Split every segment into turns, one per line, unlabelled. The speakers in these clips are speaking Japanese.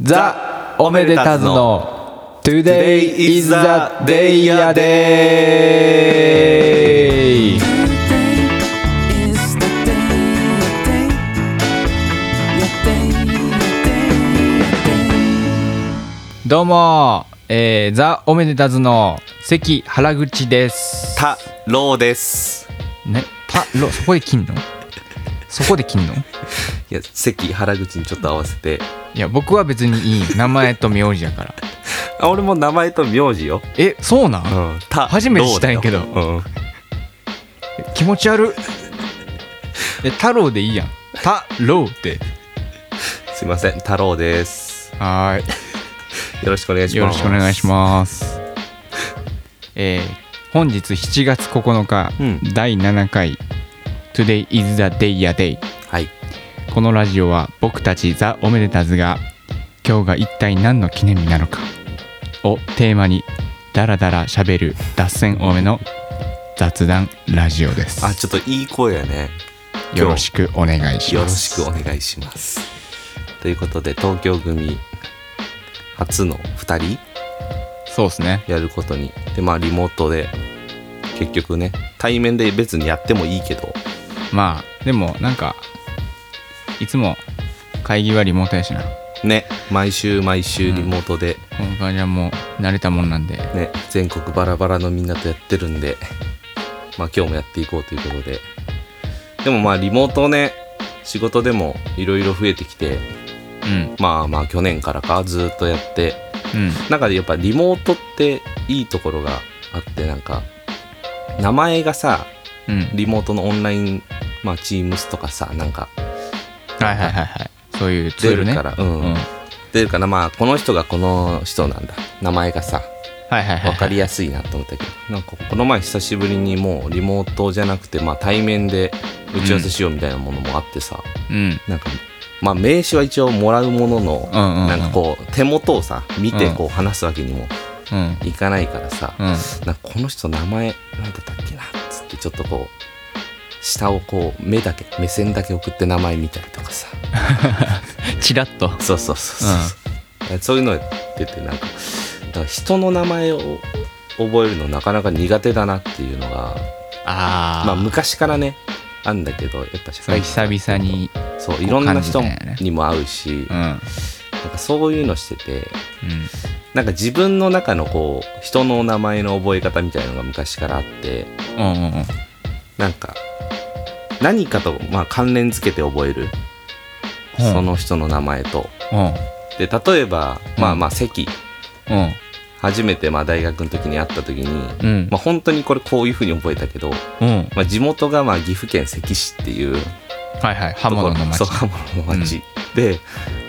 ザ・おめでたずの Today is the day ya day
Today is the day, your day, your day, your day, your day.
どうも、えー、ザ・おめでたずの関原口です
太郎です
ねパロそこで切んのそこで切んの
いや関原口にちょっと合わせて
いや僕は別にいい名前と名字やから
あ俺も名前と名字よ、
えそうなん、
うん、太郎だよ
初めて知ったんやけど
うん、
気持ち悪え太郎でいいやん太郎って
すいません太郎です
はーい
よろしくお願いし
よ
ま
ろ
す
しくお願いします。 えー本日7月9日、
うん
第7回 Today is the day ya day
すはい
このラジオは僕たちザ・おめでたずが今日が一体何の記念日なのかをテーマにダラダラしゃべる脱線多めの雑談ラジオです
あちょっといい声やね今日
よろしくお願いし
よろ
ま
し
す
くお願いしますということで東京組初の2人
そうですね
やることにでまあリモートで結局ね対面で別にやってもいいけど
まあでもなんかいつも会議はリモートやしな
ね毎週毎週リモートで、
この感じはもう慣れたもんなんで
ね、全国バラバラのみんなとやってるんで、まあ今日もやっていこうということで。でもまあリモートね、仕事でもいろいろ増えてきて、
うん
まあまあ去年からかずっとやって、
うん
中でやっぱリモートっていいところがあって、なんか、名前がさ、
うん
リモートのオンライン、まあチームスとかさ、なんか
はいはいはいはいそういうツ
出
ール
る
ね
から、うん。
うん、はい
出るから、まあこの人がこの人なんだ。名前がさ、
はいはい、はい、
分かりやすいなと思ったけどなんかこの前久しぶりにもうリモートじゃなくて、まあ、対面で打ち合わせしようみたいなものもあってさ、
うん
なんか、まあ、名刺は一応もらうものの、
うんうんうん
なんかこう手元をさ見てこう話すわけにも
うん
いかないからさ、
うん
なんかこの人名前なんだったっけなっつってちょっとこう下をこう目だけ目線だけ送って名前見たりとかさ
チラッと
そうそうそうそう、そういうのやっててなんかだから人の名前を覚えるのなかなか苦手だなっていうのが
あー
まあ昔からねあんだけどやっぱ社
それ
会
久々に
そういろんな人
こう感じたよね
にも会うし、
うんうん
なんかそういうのしててなんか自分の中のこう人の名前の覚え方みたいのが昔からあって
うんうんうん
なんか何かと、まあ、関連付けて覚える、
うん
その人の名前と
うん
で例えばまあまあ関、
うん
初めてまあ大学の時に会った時に、
うん
まあ、本当にこれこういうふうに覚えたけど、
うん
まあ、地元がまあ岐阜県関市っていう
はいはい刃物の町
そう刃物の町、で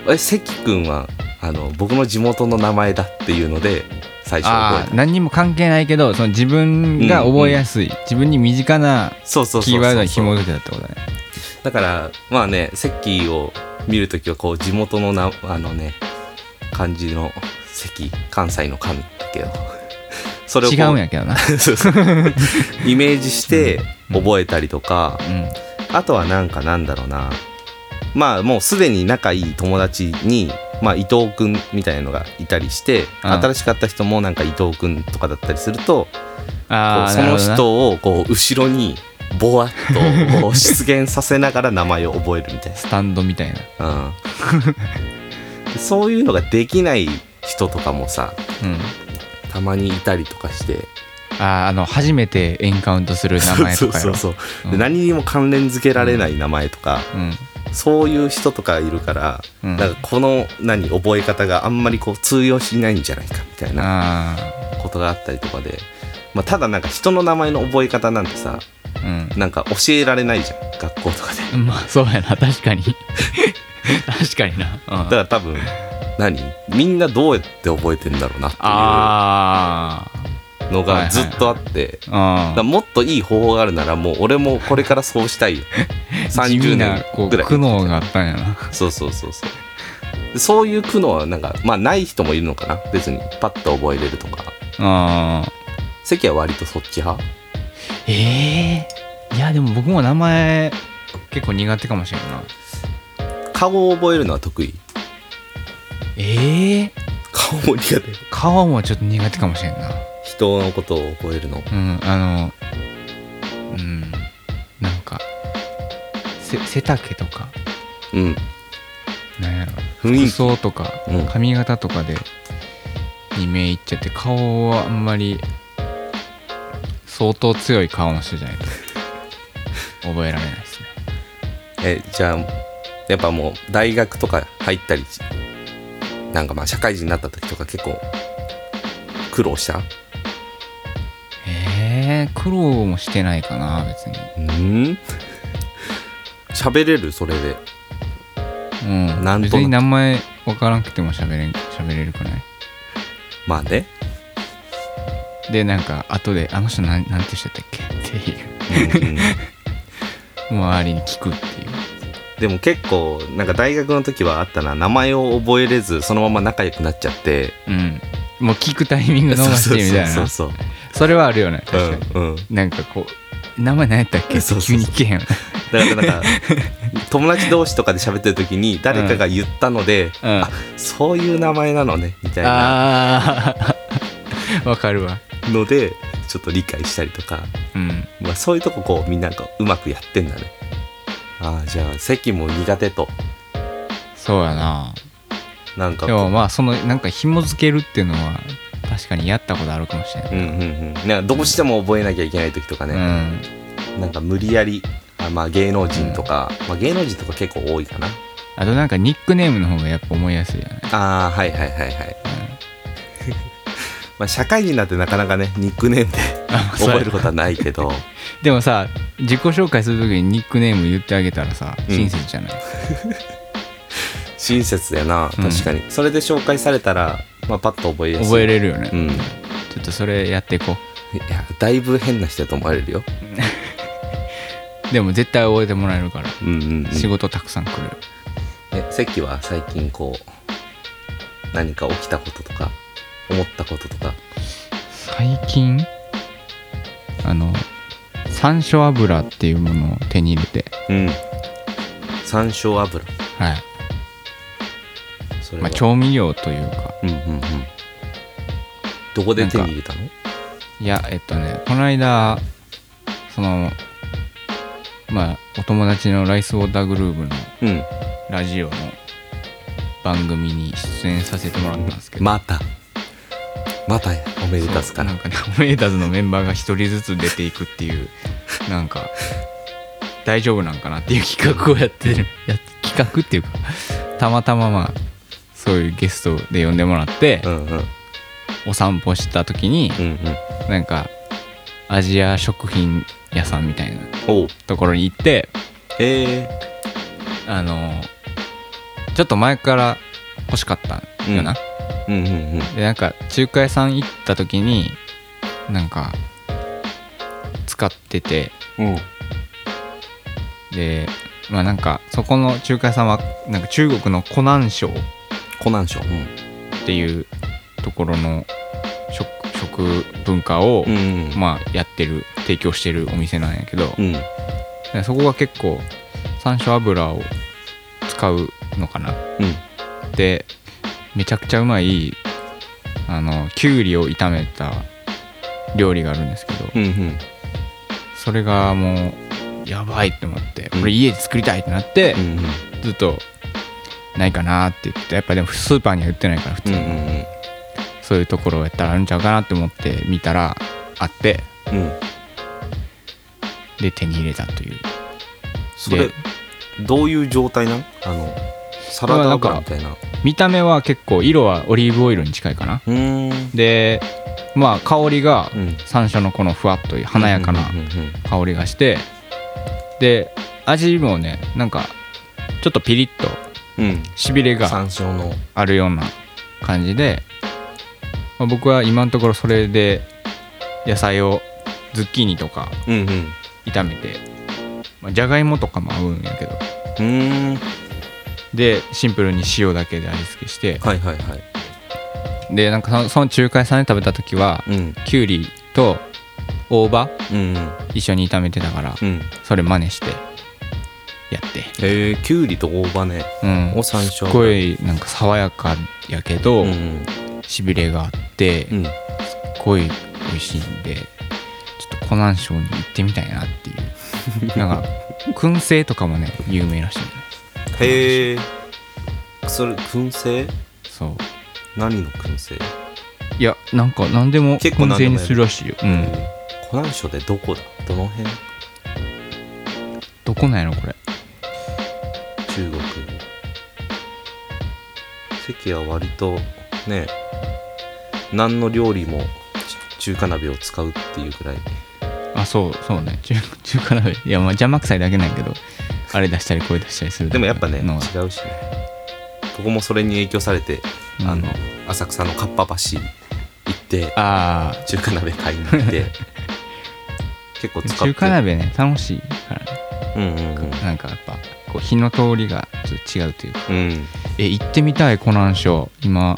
え関君はあの僕の地元の名前だっていうので最初
ああ
覚え
何にも関係ないけどその自分が覚えやすい、自分に身近な
たそうそうそうそう
キーワードに紐づけたってことだね
だからまあね関を見るときはこう地元のなあのね漢字の関関西の関だけどそれをこ
違うんやけどな
そうそうイメージして覚えたりとか、
うん
あとはなんかなんだろうな。まあもうすでに仲いい友達に、まあ伊藤くんみたいなのがいたりして、
うん
新しかった人もなんか伊藤くんとかだったりすると、こ
ああ
うその人をこう後ろにぼわっとこう出現させながら名前を覚えるみたい
スタンドみたいな
な。うん、で そういうのができない人とかもさ、
うん
たまにいたりとかして、
あーあの初めてエンカウントする名前とかや
そ
ろ
うそうそう、
う
で
ん
何にも関連付けられない名前とか、
うん
そういう人とかいるから、
うん
なんかこの何覚え方があんまりこう通用しないんじゃないかみたいな
あ
ことがあったりとかで、まあ、ただなんか人の名前の覚え方なんてさ
ー
なんか教えられないじゃん学校とかで
うんまあそうやな確 かに確かにな、う
だ
ん
から多分何みんなどうやって覚えてんだろうなって
あ
いうの
はいはいは
が
い
ずっとあって、
あ
だからもっといい方法があるならもう俺もこれからそうしたいよ
地味
30
な
年
こう
ぐ
苦
らい
悩があったんやな
そうそうそうそうでそういう苦悩はなんかまあない人もいるのかな別にパッと覚えれるとか
あー
関は割とそっち派
ええいやでも僕も名前結構苦手かもしれんな
顔を覚えるのは得意
えええ
顔も苦手
顔もちょっと苦手かもしれんな
人のことを覚えるの
うんあのうんなんかせ背丈とか
うん
なんやろ
雰囲気
服装とか
うん
髪型とかでに目いっちゃって顔はあんまり相当強い顔の人じゃない と覚えられないですね
えじゃあやっぱもう大学とか入ったりなんかまあ社会人になった時とか結構苦労した
えー、苦労もしてないかな別に
うん喋れるそれで
うん
なんとなく
別に名前分からなくても喋れん喋れるくない
まあね
でなんか後で「あの人なんなんて人だったっけ?」っていう
うん
周りに聞くっていう
でも結構なんか大学の時はあったな名前を覚えれずそのまま仲良くなっちゃって
うんもう聞くタイミング逃してみたい
そ
な
うそうそう
それはあるよね確
そう
かに、
うんうん
なんかこう名前何やったっけって
そうそ
急
うそう
に聞けへん
だからなんか友達同士とかで喋ってる時に誰かが言ったので、
うん
あそういう名前なのねみたいな
ああ わかるわ
のでちょっと理解したりとか、
うん
まあ、そういうとここうみんながうまくやってんだねああじゃあ席も苦手と
そうやな
なんか
で
こう
もまあそのなんか紐付けるっていうのは確かにやったことあるかもしれない、
うんうんうんなんかどうしても覚えなきゃいけない時とかね、
うん
なんか無理やりあまあ芸能人とか、まあ、芸能人とか結構多いかな
あとなんかニックネームの方がやっぱ思いやすいよね
ああはいはいはいはい、まあ社会人になってなかなかねニックネームで覚えることはないけど
でもさ自己紹介するときにニックネーム言ってあげたらさ
うん
親切じゃない、
親切だよな
うん
確かに、それで紹介されたら、まあ、パッと覚えやすい
覚えれるよね、
うんい
ちょっとそれやっていこ
やだいぶ変な人だと思われるよ
うでも絶対覚えてもらえるから、
うんうん、うん、
仕事たくさん来る
え関は最近こう何か起きたこととか思ったこととか
最近あの山椒油っていうものを手に入れて
うん山椒油
はい、
それ
ま
は、
あ、調味料というか
うんうんうんどこで手に入れたの
いやえっとねこの間そのまあお友達のライスウォーターグループの
うん
ラジオの番組に出演させてもらったんですけど、
またまたやおめでたすか
な
ら
んかねオメータズのメンバーが一人ずつ出ていくっていうなんか大丈夫なんかなっていう企画をやってるや企画っていうかたまたままあそういうゲストで呼んでもらって、
うんうん
お散歩した時に
う、んうん
なんかアジア食品屋さんみたいな
おう
ところに行って
え
あのちょっと前から欲しかったんよな、
ー、うんうんうん
でなんか中華屋さん行った時になんか使ってて
うん
でまあなんかそこの中華屋さんはなんか中国の湖南省っ
湖南省うん
ていうところの食食文化を、
うん
まあやってる提供してるお店なんやけど、
うん
でそこが結構山椒油を使うのかな
うん
でめちゃくちゃうまいあのきゅうりを炒めた料理があるんですけど、
うんうん
それがもうやばいって思って
うん
これ家で作りたいってなって、
うんうん
ずっとないかなって言ってやっぱでもスーパーには売ってないから普通
うん
に、
うん
そういうところをやったらあるんちゃうかなって思って見たらあって
うんうん
で手に入れたという
それ
で
どういう状態なんあのサラダ油みたいな
見た目は結構色はオリーブオイルに近いかな
うーん
でまあ香りが
うん
山椒のこのふわっという華やかな
うんうんうん
香りがしてで味もねなんかちょっとピリッと
うんうん
しびれが
山椒の
あるような感じで、まあ、僕は今のところそれで野菜をズッキーニとか
うんうんう
炒めて、まあ、じゃがいもとかも合うんやけど
ーん
でシンプルに塩だけで味付けして
はいはいはい
でなんかそのその中華屋さんで食べた時は
うん
きゅうりと大葉
うんうん
一緒に炒めてたから
うん
それ真似してやって
へえきゅうりと大葉ね
うん
お山椒
すっごいなんか爽やかやけど、
うん
しびれがあって、
うん
すっごい美味しいんでちょっと湖南省に行ってみたいなっていう なんか燻製とかもね有名らしいね
へえそれ燻製
そう
何の燻製
いやなんか何でも
結構
燻
何で
製に
もやる
するらしいよ、う、
うん湖南省でどこだどの辺
どこなんやろこれ
中国関は割とね何の料理もち中華鍋を使うっていうぐらい
あそうそうね中中華鍋いやまあ邪魔くさいだけなんやけどあれ出したり声出したりする
でもやっぱね
の
違うしね僕もそれに影響されて、
うん
あの浅草のかっぱ橋行って
ああ
中華鍋買いに行って 結構使って
中華鍋ね楽しいからね
うんうんうん
なんかやっぱこう火の通りがちょっと違うというか
うん
え行ってみたい湖南省今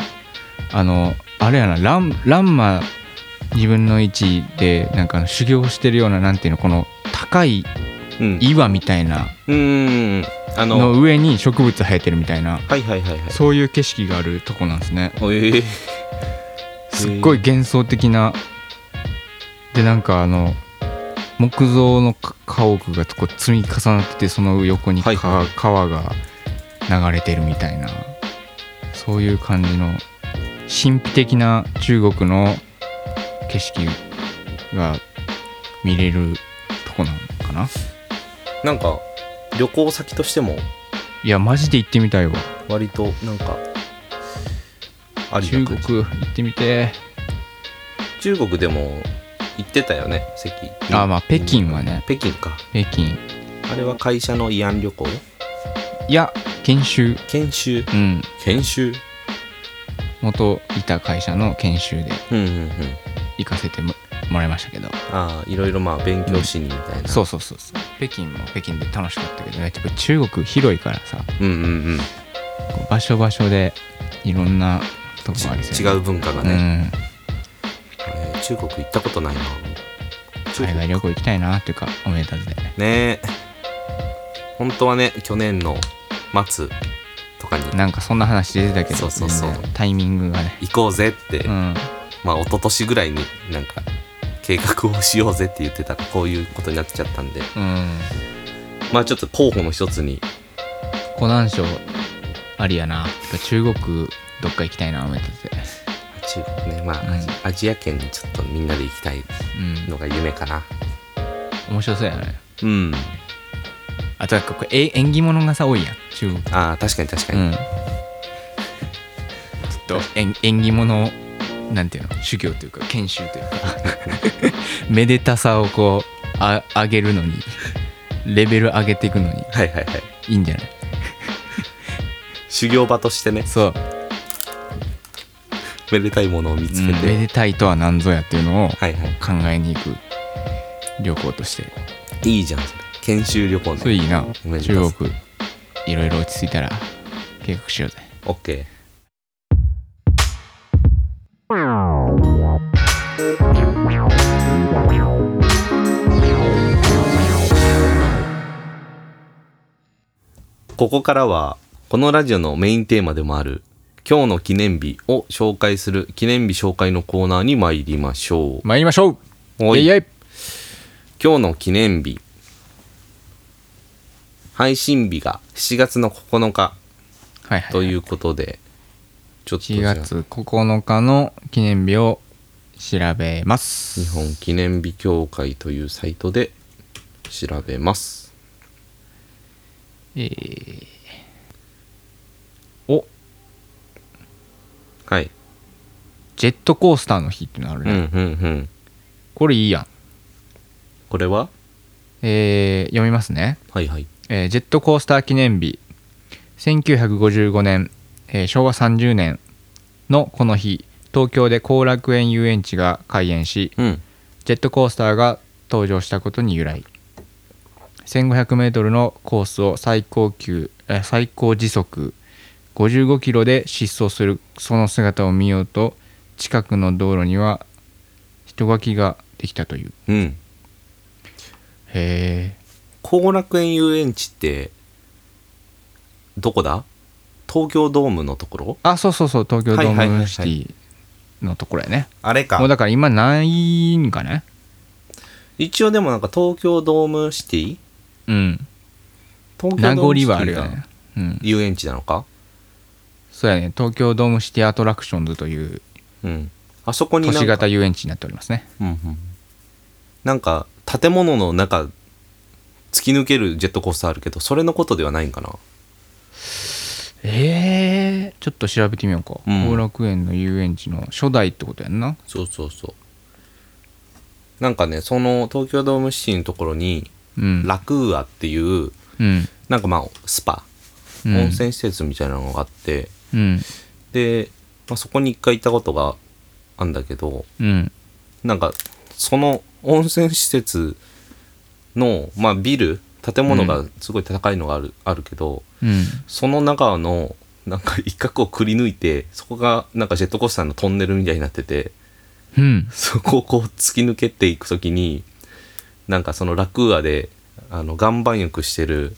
あのあれやなランランマ2分の1でなんかあの修行してるようななんていうのこの高い
うん
岩みたいな
うんうんうんあの
の上に植物生えてるみたいな
はいはいはいはい
そういう景色があるとこなんですね
ええ
すっごい幻想的なでなんかあの木造のか家屋がこう積み重なっててその横にか
はいはい
川が流れてるみたいなそういう感じの神秘的な中国の景色が見れるとこなのかな
なんか旅行先としても
いやマジで行ってみたいわ
割となんかあり
中
な感
国
じ
行ってみて
中国でも行ってたよね席
あまあ北京はね
北京か
北京
あれは会社の慰安旅行
いや研修
研修
うん
研修
元いた会社の研修で
うんうんうん
行かせてももらいましたけど
ああいろいろまあ勉強しにみたいな
そうそうそうそう北京も北京で楽しかったけどねやっぱ中国広いからさ
うんうんうん
こう場所場所でいろんなとこ
ち
ありそう
違
や
う文化が
ね
ね、えー中国行ったことないな
うん、
中
海
国
外旅行行きたいなっていうかおめでたずで
ねえ本当はね去年の末とかに
なんかそんな話出てたけど
そうそうそう
全然タイミングがね
行こうぜって、
うん
まあ一昨年ぐらいになんか計画をしようぜって言ってたらこういうことになっちゃったんで
うん
まあちょっと候補の一つに
湖南省ありやなてか中国どっか行きたいなおめでたずで
中国ねまあ、
うん
アジアジア圏にちょっとみんなで行きたい
うん
のが夢かな
面白そうやね
うん
あとなんかこれえ縁起物がさ多いやん中国
ああ確かに確かに、
うん、ちょっと縁縁起物をなんていうの修行というか研修というか めでたさをこうあ上げるのにレベル上げていくのに
はいはいはい
いいんじゃない
修行場としてね
そう、
めでたいものを見つ
うん
け
め
て、
でたいとは何ぞやっていうのを
はいはい
考えに行く旅行として
いいじゃんそれ研修旅行
それ
ね
いいな
めでた
中
さ
国いろいろ落ち着いたら計画しようぜ
OK ここからはこのラジオのメインテーマでもある今日の記念日を紹介する記念日紹介のコーナーに参りましょう
参りましょう
お
イ
い
エイイエイ
今日の記念日配信日が7月の9日
はいはい
ということで、ちょっと
1
じゃあ
月9日の記念日を調べます
日本記念日協会というサイトで調べます
えーお
はい
ジェットコースターの日っていうのある
うんう
ね、
んうん
これいいやん、
これは
えー読みますね、
はいはい
えージェットコースター記念日1955年、えー昭和30年のこの日東京で後楽園遊園地が開園し
うん
ジェットコースターが登場したことに由来 1500m のコースを最高級え最高時速55キロで疾走するその姿を見ようと近くの道路には人垣ができたという
うん
へえ
後楽園遊園地ってどこだ東京ドームのところ
あそうそうそう東京ド
はいはい
ー
はいは
ム
い
シティのところやね
あれか
もうだから今ないんかね
一応でもなんか東京ドームシティ
うん
東
名
京ドー
残
ムシティ
はあるよ
が
ねうん
遊園地なのか
そうやね東京ドームシティアトラクションズという
うんあそこに
都
なんか
市型遊園地になっておりますね
うんうん、なんか建物の中突き抜けるジェットコースターあるけどそれのことではないんかな
えー、ちょっと調べてみようか
うん
後、楽園の遊園地の初代ってことやんな
そうそうそうなんかねその東京ドームシティのところに
うん
ラクーアっていう
うん
なんかまあスパ、
うん
温泉施設みたいなのがあって
うん
で、まあ、そこに一回行ったことがあんだけど
うん
なんかその温泉施設の、まあ、ビル建物がすごい高いのがある,、あるけど
うん
その中のなんか一角をくり抜いてそこがなんかジェットコースターのトンネルみたいになってて
うん
そこをこう突き抜けていく時になんかそのラクーアであの岩盤浴してる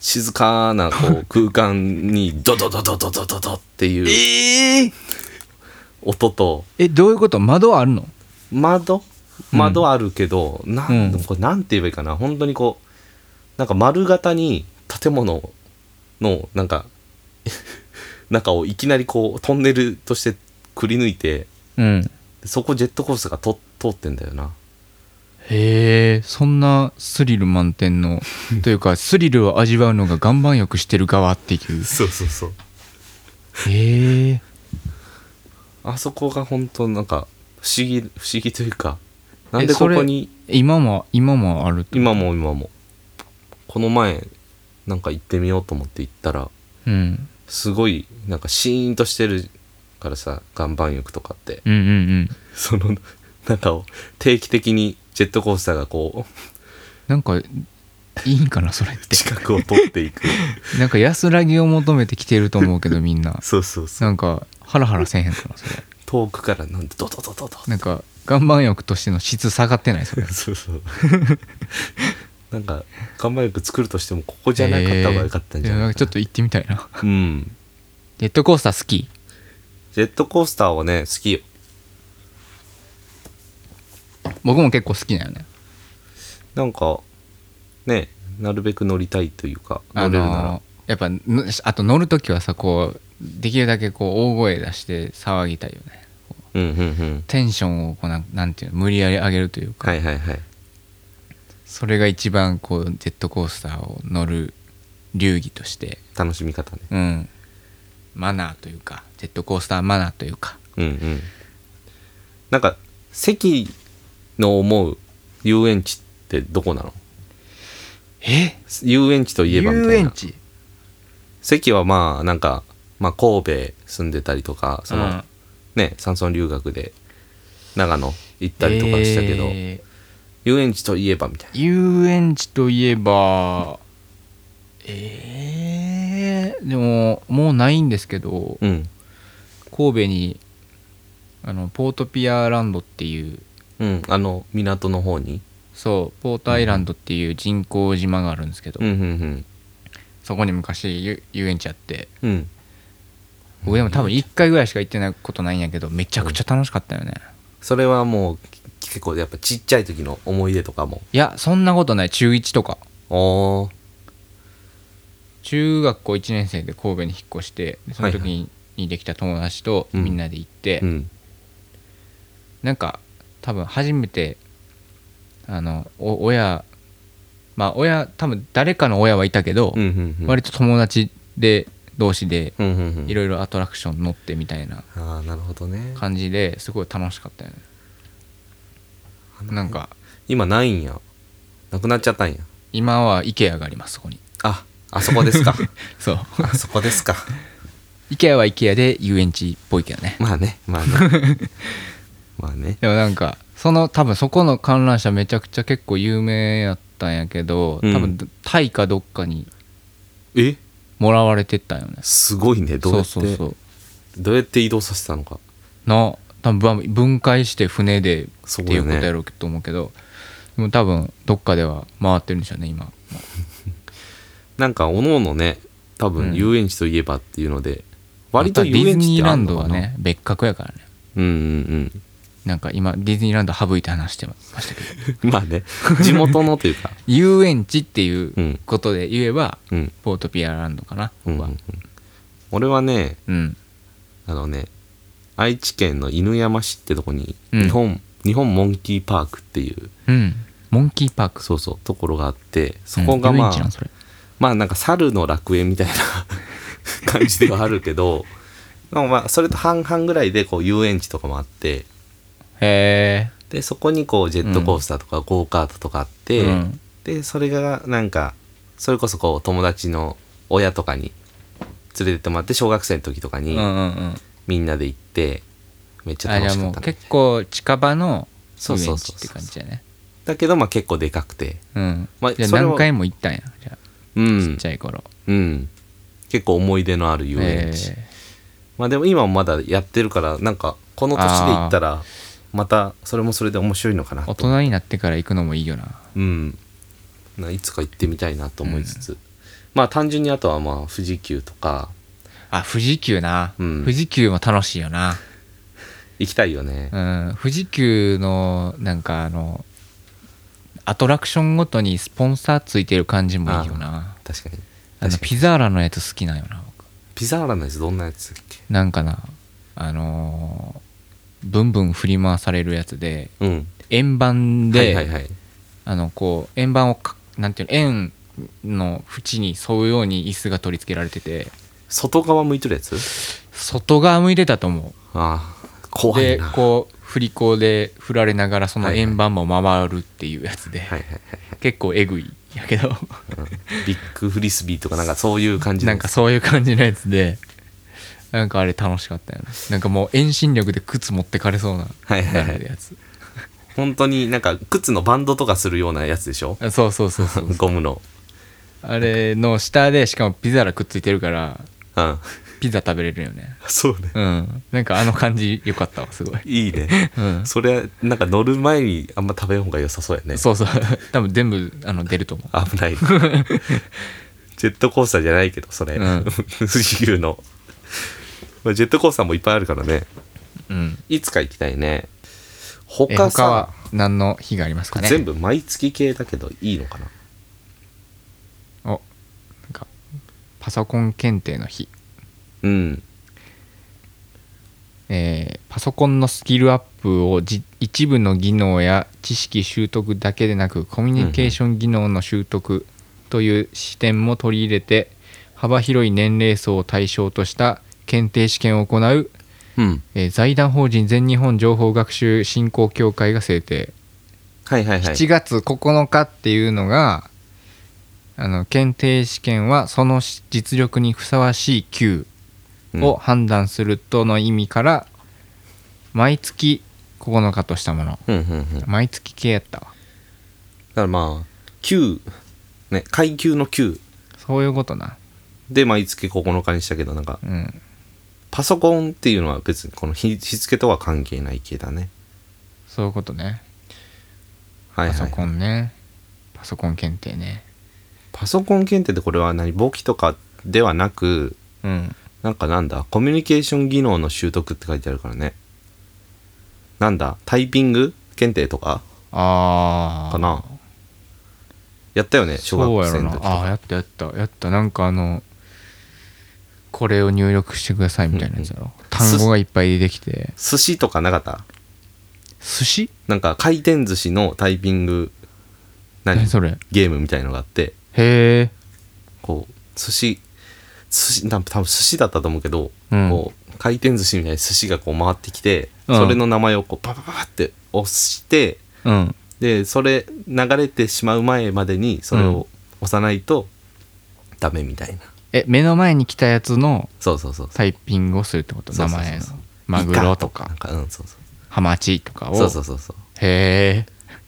静かなこう空間にドドドドドドドドっていう音と
えどういうこと窓あるの
窓
うん
窓あるけど、な
うん
んこれなんて言えばいいかな本当にこうなんか丸型に建物のなんか 中をいきなりこうトンネルとしてくり抜いて
うん
そこジェットコースターがと通ってんだよな
へえそんなスリル満点のと いうかスリルを味わうのが岩盤浴してる側っていう
そうそうそう
へえ
あそこが本当なんか不思議不思議というかなん
え
で
そ
こ
れ
こに
今も今もあるって
今も今もこの前なんか行ってみようと思って行ったら
うん
すごいなんかシーンとしてるからさ岩盤浴とかって
うんうんうん
その中を定期的にジェットコースターがこ
なんかいいんかなそれっ
う
て
近くを通っていく
なんか安らぎを求めてきてると思うけどみんな
そうそうそう
なんかハラハラせえへんかなそれ
遠くからなんでドドドドド
なんか岩盤浴としての質下がってないそれ
そうそう なんか岩盤浴作るとしてもここじゃなかった方が良かったんじゃ
えー
ない
や
か
ちょ
な
っと行ってみたいな
うん
ジェットコースター好き
ジェットコースターはね好きよ
僕も結構好きだよね
なんかねなるべく乗りたいというか乗
あ
れるなら、
のやっぱぬあと乗る時はさこうできるだけこう大声出して騒ぎたいよね
うんうんうん
テンションをこうなんなんていうの無理やり上げるというか、
はいはいはい
それが一番こうジェットコースターを乗る流儀として
楽しみ方ね
うんマナーというかジェットコースターマナーというか
うんうんなんか関の思う遊園地ってどこなの
え
遊園地といえばみたいな
遊園地
関はまあなんか、まあ、神戸住んでたりとかその、
うん
ね山村留学で長野行ったりとかしたけど、
え
遊園地といえばみたいな
ー遊園地といえばえー、でももうないんですけど
うん
神戸にあのポートピアランドっていう
うんあの港の方に
そうポートアイランドっていう人工島があるんですけど、
うんうん
そこに昔ゆ遊園地あって
うんうん
僕でも多分1回ぐらいしか行ってないことないんやけどめちゃくちゃ楽しかったよね、
それはもうき結構やっぱちっちゃい時の思い出とかも
いやそんなことない中1とか
おー
中学校1年生で神戸に引っ越してでその時
はい
ににできた友達と
うん
みんなで行って、
うん
なんか多分初めてあのお親まあ親多分誰かの親はいたけど、
うんうんうん
割と友達で同士で
うんうんうん
いろいろアトラクション乗ってみたいな
ああなるほどね
感じですごい楽しかったよねなんか
今ないんやなくなっちゃったんや
今は IKEA がありますそこに
ああそこです か
そう
あそこですか
IKEA は IKEA で遊園地っぽいけどね
まあねまあね まあね
でもなんかその多分そこの観覧車めちゃくちゃ結構有名やったんやけど
うん
多分タイかどっかに
え
もらわれてったんよね、
すごいねどうやって
そうそうそう
どうやって移動させたのか
の多分分解して船でって
そう
い
だ
う
よ
こ
ね
とやろうと思うけど、でも多分どっかでは回ってるんでしょうね今
なんかおのおのね多分遊園地といえばっていうので、割と
またディ
遊
ズ
園地っ
ニー
てあ
ラ
ん
ン
の
ド
か
は
な、
ね別格やからね
うんうん
なんか今ディズニーランド省いて話してました けど
うんまあね地元のというか
遊園地ってい
うん
うことで言えば、
うん
ポートピアランドかな
うんうん
は
うん俺はね
うん
あのね愛知県の犬山市ってとこに
うん
日本、日本モンキーパークっていう
うんモンキーパーク
そうそうところがあってそこが
うん遊園
ま
地
あ、
なんそれ
まあなんか猿の楽園 みたいな感じではあるけどでもまあそれと半々ぐらいでこう遊園地とかもあって
へ
でそこにこうジェットコースターとかゴーカートとかあって、
うん
でそれがなんかそれこそこう友達の親とかに連れてってもらって小学生の時とか
え
に
うんうんうん
みんなで行ってめっちゃ
あじゃ
楽
あ
しか
も
っ
う
た、ね、
結構近場の遊
そうそ
園
うそ
地
う
って感じだね
だけどまあ結構でかくて
うん
まあ
じゃあ
それを
何回も行ったんやじゃ
う
あちっ
ん
ち、ゃい頃
うん、結構思い出のある遊園地、
へえ
まあでも今もまだやってるからなんかこの年で行ったらまたそれもそれで面白いのかな
大
と、
人になってから行くのもいいよな
うん、ないつか行ってみたいなと思いつつ、まあ単純にあとはまあ富士急とか
あ富士急な、
うん
富士急も楽しいよな
行きたいよね、
うん富士急のなんかあのアトラクションごとにスポンサーついてる感じもいいよな
確かに
あの
確かに
ピザーラのやつ好きなんよな僕
ピザーラのやつどんなやつだっけ
なんかなあのーブンブン振り回されるやつで
うん
円盤で、
はいはいはい
あのこう円盤をかなんていうの円の縁に沿うように椅子が取り付けられてて
外側向いてるやつ
外側向いてたと思
ああ
う
怖い
で
なは
こう振り子で振られながらその
はいはい
円盤も回るっていうやつで、
いはいはい
結構えぐいやけど
ビッグフリスビーとかなんかそういう感じ
な
のや
ん
つ
かそういう感じのやつでなんかあれ楽しかったよねなんかもう遠心力で靴持ってかれそうな
はいはいはい
やつ
本当になんか靴のバンドとかするようなやつでしょ
あそうそうそうそう
ゴムの
あれの下でしかもピザらくっついてるから
うん
ピザ食べれるよね
そうね
うんなんかあの感じよかったわすごい、
いいね
うん、
それはなんか乗る前にあんま食べん方が良さそうやね
そう そう多分全部あの出ると思う
危ないジェットコースターじゃないけどそれ、
うん
富士急のまあジェットコースターもいっぱいあるからね
うん
いつか行きたい
え
ね他
他
さ
は何の日がありますかね
全部毎月系だけどいいのかな
おなんかパソコン検定の日
うん
えーパソコンのスキルアップをじ一部の技能や知識習得だけでなくコミュニケーション技能の習得という視点も取り入れて幅広い年齢層を対象とした検定試験を行う、
うん
えー財団法人全日本情報学習振興協会が制定、
はいはいはい
7月9日っていうのがあの検定試験はその実力にふさわしい級を判断するとの意味から、毎月9日としたもの
うんうんうんだか
毎月系やったわ
らまあ9ね階級の9
そういうことな
で毎月9日にしたけどなんか
うん
パソコンっていうのは別にこの日日付とは関係ない系だね
そういうことね
は
パ
いはい
ソ
はい
コンね、パソコン検定ね
パソコン検定ってこれは何簿記とかではなく
うん
なんかなんだコミュニケーション技能の習得って書いてあるからねなんだタイピング検定とか
ああ
かなやったよね小
そう
学
や
生
ろ
の
な
時と
ああ
か
やったやったやったなんかあのこれを入力してくださいみたいなやつだろ、単語がいっぱい出てきて
寿司とかなかった
寿司
なんか回転寿司のタイピング何
何それへ
ゲームみたいのがあって
え
こう寿司寿司多分多分寿司だったと思うけど、
うん
こう回転寿司みたいに寿司がこう回ってきて、
うん
それの名前をこうパパパパって押して
うん
でそれ流れてしまう前までにそれを押さないとダメみたいな、
え目の前に来たやつの
そうそうそうそう
タイピングをするってこと名
そうそうそう
前の
そう
マグロと
イカ
か
なんうんそうそう
ハマチとかを
そうそうそうそう
へえ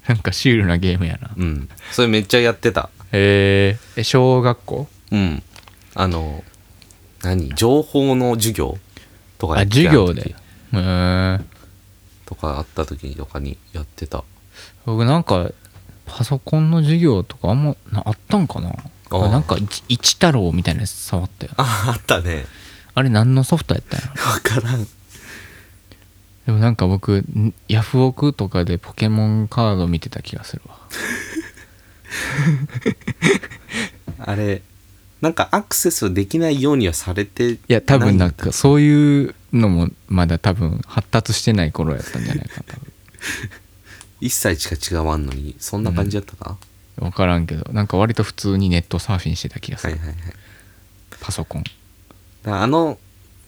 なんかシュー ルなゲームやな
うんそれめっちゃやってた
へーえ小学校
うんあの何情報の授業とか
あ
やって
授
た
業で
時
へー
とかあった時とかにやってた
僕なんかパソコンの授業とかあんまなあったんかな
あー
あなんか一一太郎みたいなやつ触ったよ
ああったね
あれ何のソフトやったんやろ
分からん
でもなんか僕んヤフオクとかでポケモンカード見てた気がするわ
あれなんかアクセスできないようにはされてい
いや多分なんかそういうのもまだ多分発達してない頃やったんじゃないか多分
一切しか違わんのにそんな感じだったか、
分からんけどなんか割と普通にネットサーフィンしてた気がす
はい
る、
はいはい
パソコン
だからあの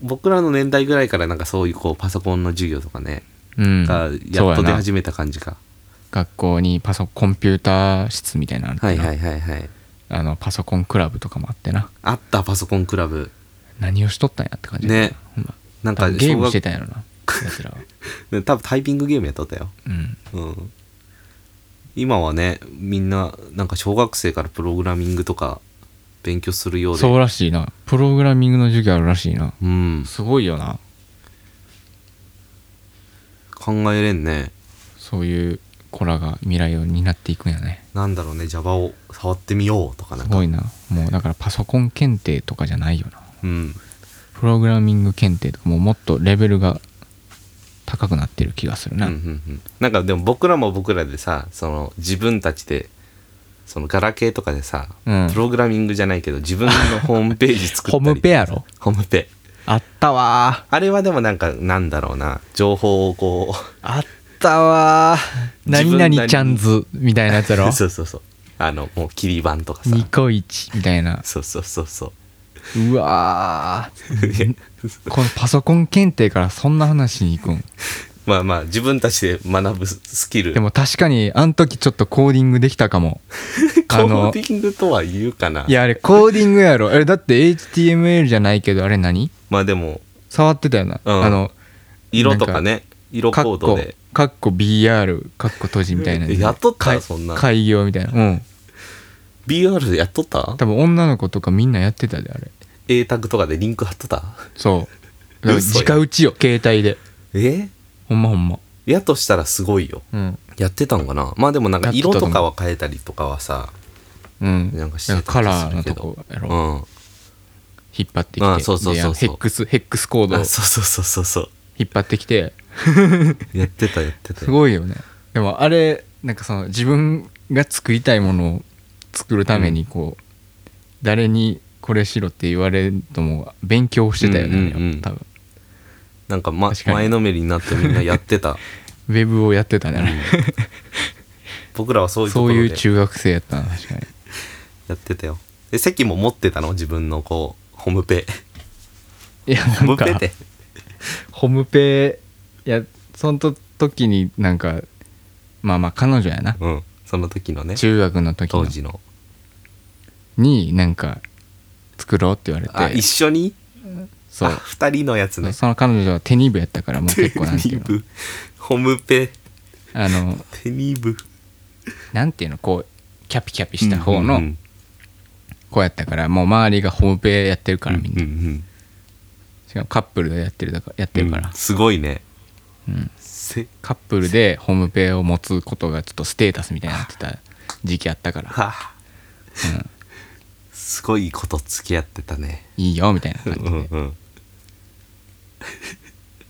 僕らの年代ぐらいからなんかそういうこうパソコンの授業とかね、
うん
が
そう
やっと出
な
始めた感じか
学校にパソコンピューター室みたいなのあって
はい
な
はいはいはい
あのパソコンクラブとかもあってな
あったパソコンクラブ
何をしとったんやって感じだった
ね
ほんま
なんか
多分ゲームしてたんやろなやら は
ね多分タイピングゲームやっとったよ
うん
うん今はねみんななんか小学生からプログラミングとか勉強するようで
そうらしいなプログラミングの授業あるらしいな
うん
すごいよな
考えれんね
そういう子らが未来を担っていくんやね
なんだろうね Java を触ってみようとかな
す
んか
ごいなもうだからパソコン検定とかじゃないよな
うん
プログラミング検定とかもうもっとレベルが高くなってる気がする
うんう
な、
んうんなんかでも僕らも僕らでさその自分たちでそのガラケーとかでさ、
うん
プログラミングじゃないけど自分のホームページ作っ
ホ
たり
ムペやろ
ホームペ
あったわ
あれはでもなんかなんだろうな情報をこう
あったわ
自
何
分なりに
々ちゃんズみたいなやつやろ
そうそうそうあのもう切り板とかさ
ニコイチみたいな
そうそうそうそう
わーこのパソコン検定からそんな話に行くん
うまあまあ自分たちで学ぶスキル
でも確かにあの時ちょっとコーディングできたか も
コ
あ
ー
の
ディングとは言うかない
やあれコーディングやろあれだって HTML じゃないけどあれ何
まあでも
触ってたよな、
うん
あの
色とかね色コ
カッ
ード
コ
で
カッコ BR カッコ閉じみたいな
えやっとった
かい
そんな
開業みたいなうん
BR でやっとった
多分女の子とかみんなやってたであれ
A タグとかでリンク貼っとった
そうだから
嘘や
直打ちよ携帯で
え
ほんまほんま
やとしたらすごいよ
うん
やってたんかなまあでもなんか
やってた
色
と思
と
う
かは変えたりとかはさ
うん
なんかして
だ
た
らカ
気
ラ
す
ーの
るけ
と
ど
こやろ、
うん
引っ張ってきて
あそうそうそうそう
であのヘックスヘックスコードを
あそうそうそうそうそう
引っ張ってきて
やってたやってた
すごいよねでもあれなんかその自分が作りたいものを作るためにこう、誰にこれしろって言われるのも勉強してたよね、
うんうんうん
多分
なんか,、ま、
確かに
前のめりになってみんなやって た
ウェブをやってたねあれ、
僕らはそういうとこ
そう
ろ
いう
で
中学生やったな確かに
やってたよえ席も持ってたの自分のこうホームペ
いや
ホー
なん
ム
か
ペって
ホムペいやその時になんかまあまあ彼女やな
うんその時のね
中学の時の
当時の
になんか作ろうって言われ
あ
て
一緒に
そ
あ
う
二人のやつね
その彼女はテニ部やったからもう結構なんてい
ニ
うの
ブホームペ
あの
テニブ
なんていうのこうキャピキャピした方の
うん
子やったからもう周りがホームペやってるからみん
うん
な
う
んしかもカップルでやってるだからやって
う
る
ん
から
すごいね
うん
せ
カップルでホームペを持つことがちょっとステータスみたいになってた時期あったから
はあすごいこと付き合ってたね
いいよみたいな
う
感
ん
じ
う
で
んうん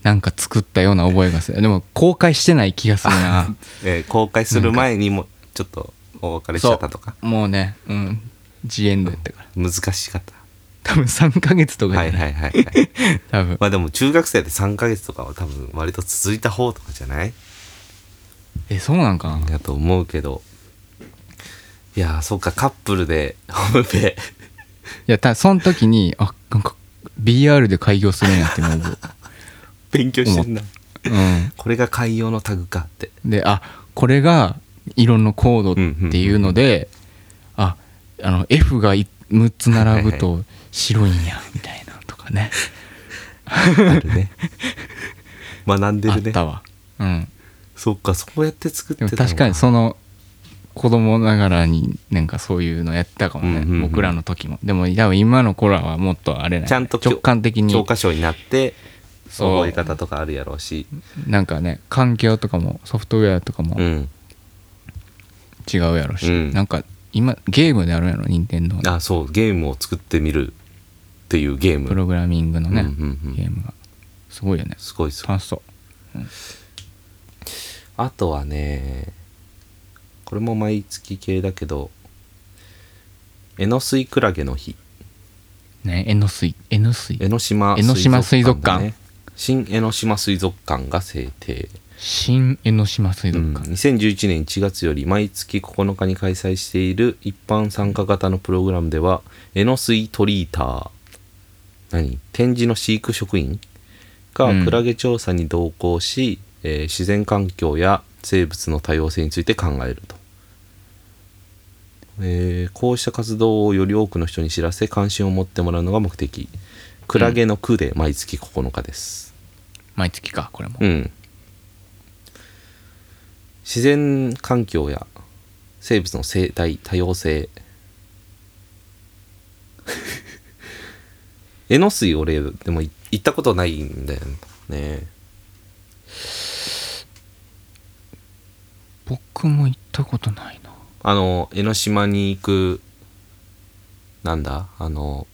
なんか作ったような覚えがするでも公開してない気がする な
えー公開する前にもちょっとお別れしちゃったとか
そうもうねうんジエンドやったから
難しかった
多分3ヶ月とかじ
は
ゃないい、
はいはいはい
多分
まあでも中学生で3ヶ月とかは多分割と続いた方とかじゃない
えそうなんかな
だと思うけどいやーそっかカップルで ホームペ
いやたその時にあなんか BR で開業するんやって 思う、
勉強してんな
う
これが海洋のタグかって
ん、であこれが色のコードっていうので、ああの F が6つ並ぶと白いんやみたいなとかね
あるね 学んで
あっ
るね
たわ、うん、
そっかそうやって作っ
で
て
も
たの
確かにその子供ながらになんかそういうのやってたかもね、
うんうんうん
僕らの時もでも多分今の子らはもっとあれな
ちゃんと
直感的に
教科書になって
そう
覚え方とかあるやろうし
なんかね環境とかもソフトウェアとかも
うん
違うやろし、
うん
なんか今ゲームであるやろ任天堂の
あそうゲームを作ってみるっていうゲーム
プログラミングのね、
うんうんうん
ゲームがすごいよね
すごいです
楽しそう
あとはねこれも毎月系だけど江ノ水クラゲの日
ね江ノ水江ノ水
江ノ島
江ノ島水族館
水族新江ノ島水族館が制定
新江ノ島水
うん
族館、
2011年1月より毎月9日に開催している一般参加型のプログラムでは江ノ水トリーター何展示の飼育職員が
うん
クラゲ調査に同行し、えー自然環境や生物の多様性について考えると、えーこうした活動をより多くの人に知らせ関心を持ってもらうのが目的クラゲの区で毎月9日です、
毎月かこれも、
うん、自然環境や生物の生態多様性 江ノ水俺でもい行ったことないんだよね
僕も行ったことないな
あの江ノ島に行くなんだあの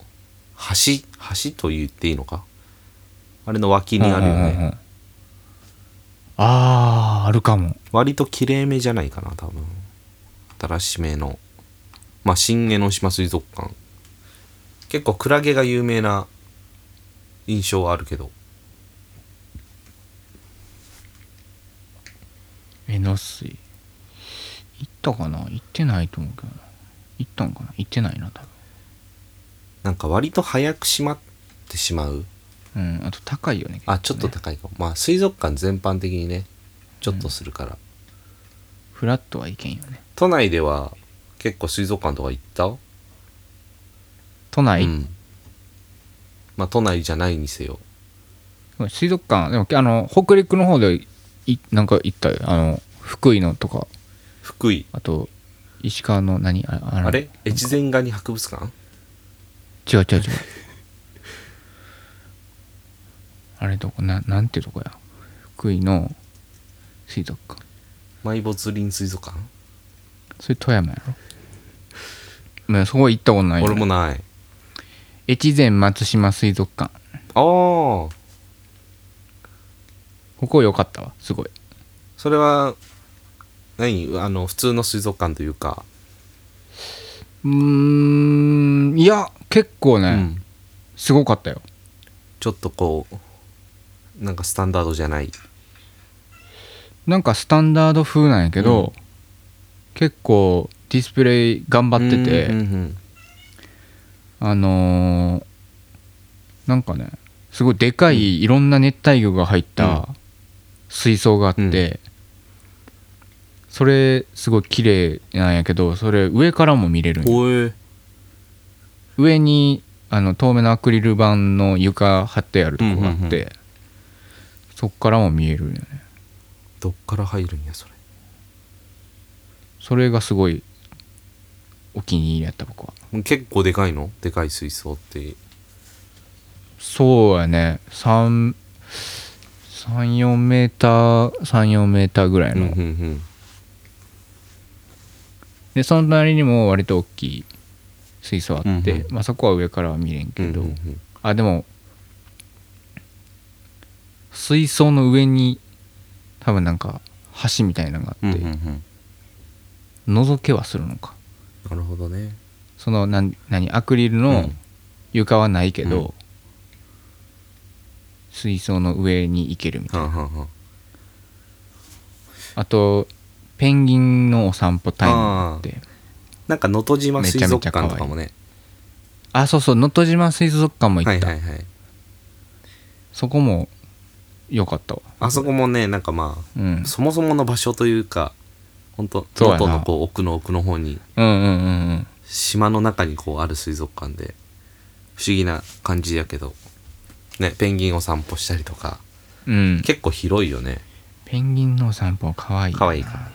橋橋と言っていいのかあれの脇にあるよ
うん
ね、
うんうんあーあるかも
割ときれいめじゃないかな多分新しめのまあ新江ノ島水族館結構クラゲが有名な印象はあるけど
江ノ水行ったかな行ってないと思うけどな行ったんかな行ってないな多
なんか割と早く閉まってしまう
分うんあと高いよね
あちょっと
結構ね
高いかも、まあ水族館全般的にねちょっとするから、
フラットはいけんよね
都内では結構水族館とか行った、
都内、
うんまあ都内じゃないにせよ
水族館でもあの北陸の方でいなんか行ったよあの福井のとか
福井
あと石川の何ああの
あれ越前ガニ博物館
違う違う違 うあれどこななんてとこや福井の水族館
埋没林水族館
それ富山やろまあそこ行ったことないよ
俺もない
越前松島水族館
ああ
ここ良かったわすごい
それは何あの普通の水族館というか、
うーんいや結構ね、
うん
すごかったよ
ちょっとこうなんかスタンダードじゃない
なんかスタンダード風なんやけど、結構ディスプレイ頑張ってて、
うんうんうん
あのーなんかねすごいでかいいろんな熱帯魚が入った水槽があって、
うん
それすごい綺麗なんやけどそれ上からも見れるんよ
おえ
上にあの透明のアクリル板の床張ってあるとこがあって、
うんうんう
そっからも見えるよね
どっから入るんやそれ
それがすごいお気に入りやった僕は
もう結構でかいのでかい水槽って
そうやね3 34メーター34メーターぐらい
うんう
の、
んうん
でその隣にも割と大きい水槽あって、
うんうん
まあ、そこは上からは見れん
うん
け
う
ど、
んうん
あでも水槽の上に多分なんか橋みたいなのが
う
あ
ん
っ
う
て、
んうん
覗けはするのか
なるほどね
そのなん何アクリル
う
の
ん
床はないけど、
うん
水槽の上に行けるみたいな
はんはんはん
あとペンギンのお散歩タイムがあって
なんか能登島水族館とかもね
あそうそう能登島水族館も行
は
っ
い
た、
はいはい
そこも良かったわ
あそこもねなんかまあ、
うん、
そもそもの場所というか本当
そう
能
やな
登のこう奥の奥の方に
うんうんうんうん
島の中にこうある水族館で不思議な感じやけどねペンギンを散歩したりとか
うん
結構広いよね
ペンギンのお散歩かわいいな
可愛いから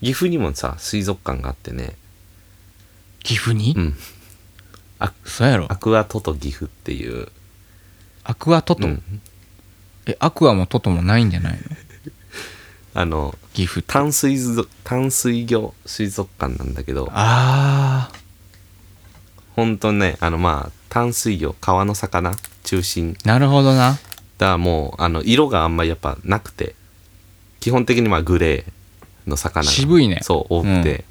岐阜にもさ水族館があってね
岐阜に、
うん
そうやろ
アクアトト岐阜っていう、
アクアトト、
うん
えアクアもトトもないんじゃないの
あの
ギフト
淡水ぞ淡水魚水族館なんだけど
ああ
ほんとねあのまあ淡水魚川の魚中心
なるほどな
だもうあの色があんまりやっぱなくて基本的にまあグレーの魚が
渋いね
そう多くて、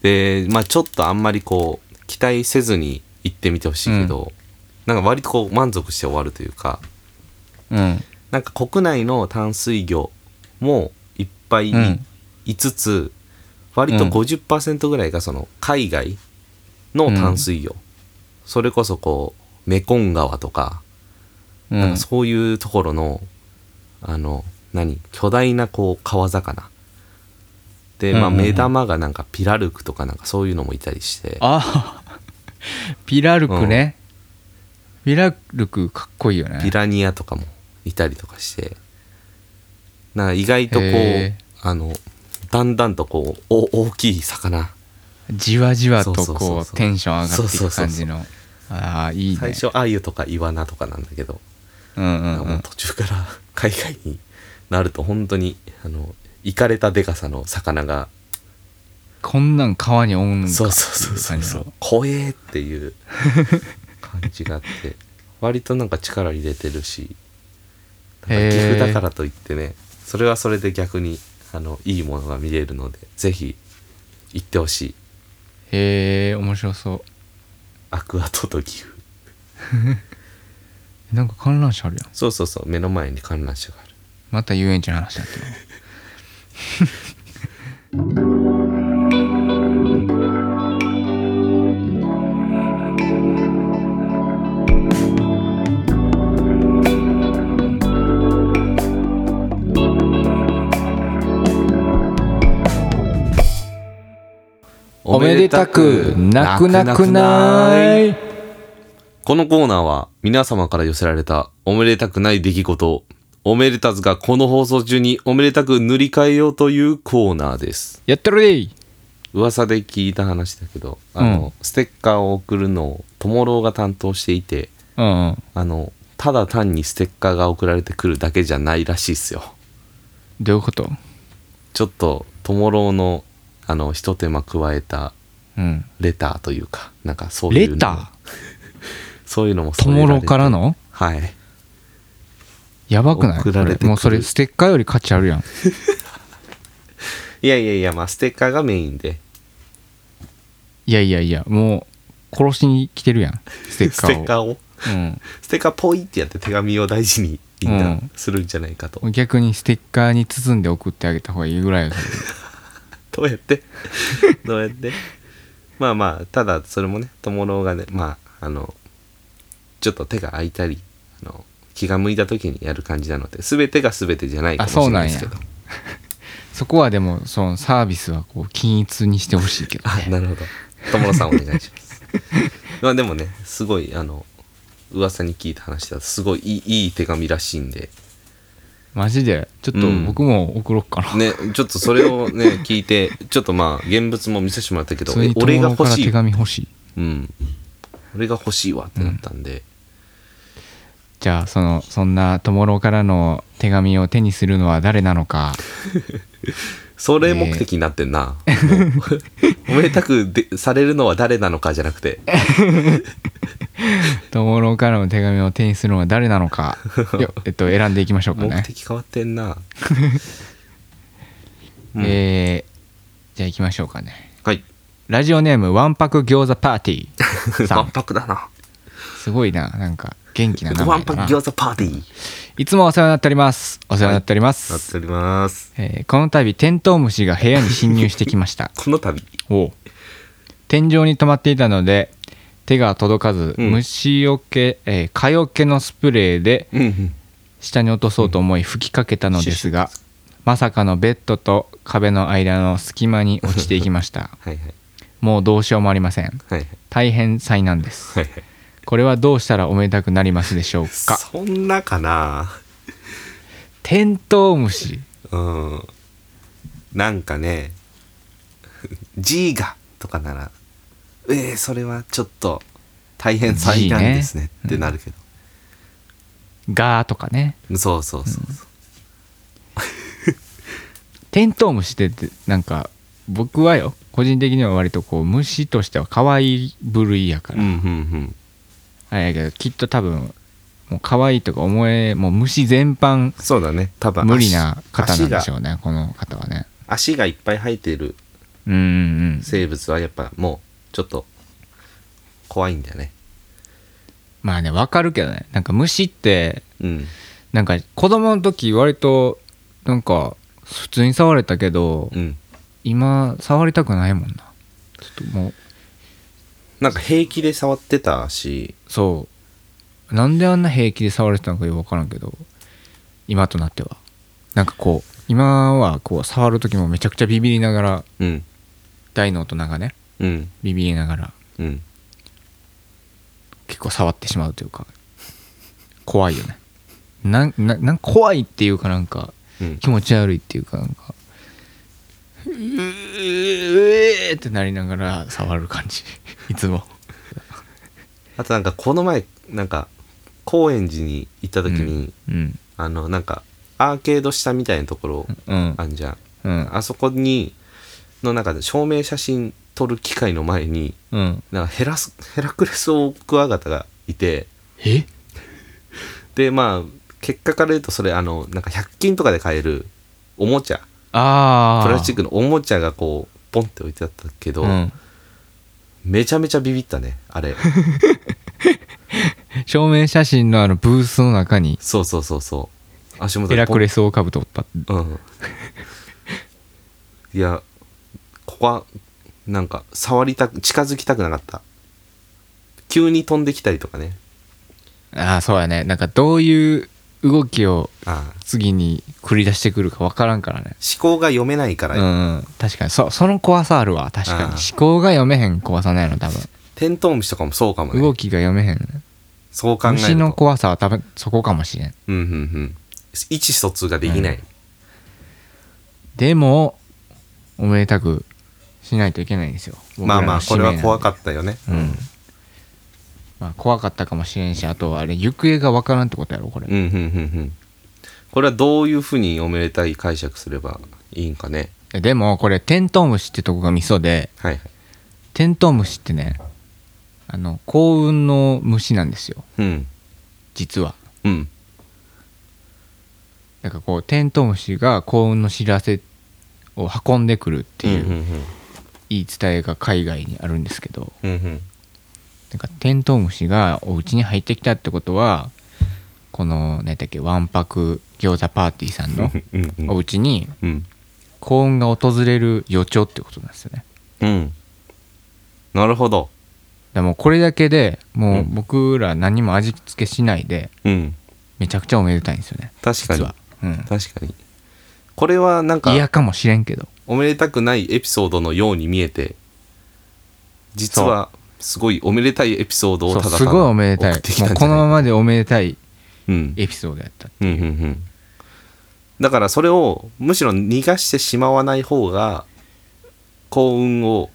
でまあちょっとあんまりこう期待せずに行ってみてほしいけど、なんか割とこう満足して終わるというか
うん
なんか国内の淡水魚もいっぱい
うん
いつつ割と
うん
50%ぐらいがその海外の淡水魚、それこそこうメコン川とか
うん
なんかそういうところの、あの、何巨大なこう川魚。で、まあ
うんうんうん
目玉がなんかピラルクとかなんかそういうのもいたりして。
ああ ピラルクね、ピラルクかっこいいよね
ピラニアとかもいたりとかしてなんか意外とこう
へ
あのだんだんとこうお大きい魚
じわじわと
そうそうそ
こ
う
う
そう
テンション上がってい
そうそう
く
そう
感
そ
じ
う
のああいいね
最初アユとかイワナとかなんだけど、
うんうんう
もうん途中から 海外になると本当にあのイかれたでかさの魚が
こんなん川におんのか
そうそうそうそう
ってい感じの
怖えっていう感じがあ って割となんか力入れてるしなん
へ
か
ー
岐阜だからといってねそれはそれで逆にあのいいものが見れるのでぜひ行ってほしい
へえ面白そう
アクアトと岐阜
なんか観覧車あるやん
そうそうそう目の前に観覧車がある
また遊園地の話だってるおめでたくなくなくない
このコーナーは皆様から寄せられたおめでたくない出来事をおめでたずがこの放送中におめでたく塗り替えようというコーナーです
やってるでい
噂で聞いた話だけどあの、
うん
ステッカーを送るのをともろうが担当していて
うんうん
あのただ単にステッカーが送られてくるだけじゃないらしいっすよ
どういうこと
ちょっとともろうのあのひと手間加えた
うん
レターというかなんかそうい
レ
うのも
タ
そういうのも
ーと
添え
も
られ
ろ
て
からの
はい
やばくない
送られ
これ
てくる
もうそれステッカーより価値あるやん
いやいやいやまあステッカーがメインで
いやいやいやもう殺しに来てるやんステッ
ス
カ
テッ
ーを
カーを
うん
ステッカーポイってやって手紙を大事にみん
う
なんするんじゃないかと、
逆にステッカーに包んで送ってあげた方がいいぐらいよそれ
どうやって どうやってまあまあただそれもね友郎がねまああのちょっと手が空いたりあの気が向いた時にやる感じなので全てが全てじゃないかもしれないですけど
あそこはでもそのサービスはこう均一にしてほしいけど
あ
ね
なるほど友郎さんお願いします まあでもねすごいあの噂に聞いた話だとすごいいいいい手紙らしいんで
マジでちょっと
うん
僕も送ろっかな、
ね、ちょっとそれ をね、聞いて、ちょっとまあ、現物も見させてもらったけど
普、通
え
に
俺
友
が
達か
欲
ら
しい
手。紙欲しい
うん。俺が欲しいわってなったんで、
じゃあそのそんな友郎からの手紙を手にするのは誰なの か
それ目的になってんな。もうおめでたくでされるのは誰なのかじゃなくて、
友郎からの手紙を手にするのは誰なの かよえっと選んでいきましょうか
目
ね
的変わってんな。う ん
えー、じゃあ行きましょうかね
はい。
ラジオネームわんぱく餃子パーティ ーさ
万
ん
博だな。
すごいななんか元気な名
万
前だ
博
な
餃子パーティー。
いつもお世話になっておりますお世話になっております、
なっております。
えーこの度テントウムシが部屋に侵入してきました
この度、
天井に止まっていたので手が届かず、
うん
虫よけ、えー蚊よけのスプレーで
うんうん
下に落とそうと思い吹きかけたのですが、まさかのベッドと壁の間の隙間に落ちていきました
はいはい。
もうどうしようもありません
はいはい。
大変災難です
はいはい。
これはどうしたらおめでたくなりますでしょうか
そんなかな。
テントウムシ
うん。なんかね、G がとかなら、えー、それはちょっと大変災難ですね
G ね
ってなるけど。
ガーとかね
そうそうそうそう。
テントウムシっててなんか僕はよ個人的には割とこう虫としては可愛い部類やか
うんう
ら、
んうん
あれやけどきっと多分もう可愛いとか思えもう虫全般
そうだね多分
無理な方なんでし
う
ょうねこの方はね
足がいっぱい生えてる
うんうんうん
生物はやっぱもうちょっと怖いんだよね
まあねわかるけどねなんか虫って
うん
なんか子供の時割となんか普通に触れたけど、
うん
今触りたくないもんなちょっともう
なんか平気で触ってたし
そうなんであんな平気で触れてたのかよく分からんけど今となってはなんかこう今はこう触る時もめちゃくちゃビビりながら
うん
大の大人がね
うん
ビビりながら
うん
結構触ってしまうというか怖いよねなんななん怖いっていうかなんか
うん
気持ち悪いっていうかなんかうえーってなりながら触る感じ いつも
あとなんかこの前なんか高円寺に行った時に、
うん
あのなんかアーケード下みたいなところ
うん
あんじゃん、
うん
あそこにの中で証明写真撮る機会の前に
うん
なんかヘラスヘラクレスオオクワガタがいて
え
でまあ結果から言うとそれあのなんか100均とかで買えるおもちゃ
ああ
プラスチックのおもちゃがこうポンって置いてあったけど、
うん
めちゃめちゃビビったねあれ
照明写真のあのブースの中に
そうそうそうそう足元
ヘ
に
ラ
ポン
クレスオオカブトおった
うん。いや、ここは、なんか、触りたく、近づきたくなかった。急に飛んできたりとかね。
ああそうやねなんかどういう動きを
ああ
次に繰り出してくるか分からんからね
思考が読めないから、
うんうん確かにそその怖さあるわ確かに
あ
思
ー
考が読めへん怖さないの多分
テントウムシとかもそうかもね。
動きが読めへん
そう考えると。
虫の怖さは多分そこかもしれん
うんうんうん。意思疎通ができない。
でもおめでたくしないといけないんですよ
まあまあ、これは怖か
っ
ったよね。
たうんまあ怖かったかもしれんしあとはあれ行方が分からんってことやろこれ
うんうんうんうん。これはどういうふうにおめでたい解釈すればいいんかね。
えでもこれテントウムシってとこがミソで
はいはい。
テントウムシってねあの幸運の虫なんですよ
うん。
実は
うん。
なんかこうテントウムシが幸運の知らせを運んでくるってい
うんう
うん言い伝えが海外にあるんですけど
うん。うん
なんかテントウムシがお家に入ってきたってことはこの何だっけわんぱく餃子パーティーさんの
うん。うんうん
お家に
うん。
幸運が訪れる予兆ってことなんですよね
うん。なるほど。
でもうこれだけでもううん僕ら何も味付けしないで
うん。
めちゃくちゃおめでたいんですよね
確か
実
に
は。、うん、
確かに。これはなんか、
嫌かもしれんけど
おめでたくないエピソードのように見えて、実は、すごいおめでたいエピソードを
そ
た
う
だただ
すごいおめでたい
送ってき
も
た
うん
じ
こ
ゃ
の
ない
ままでおめでたい
うん。
エピソードやった
うんうんうん。だからそれを、むしろ逃がしてしまわない方が、幸運を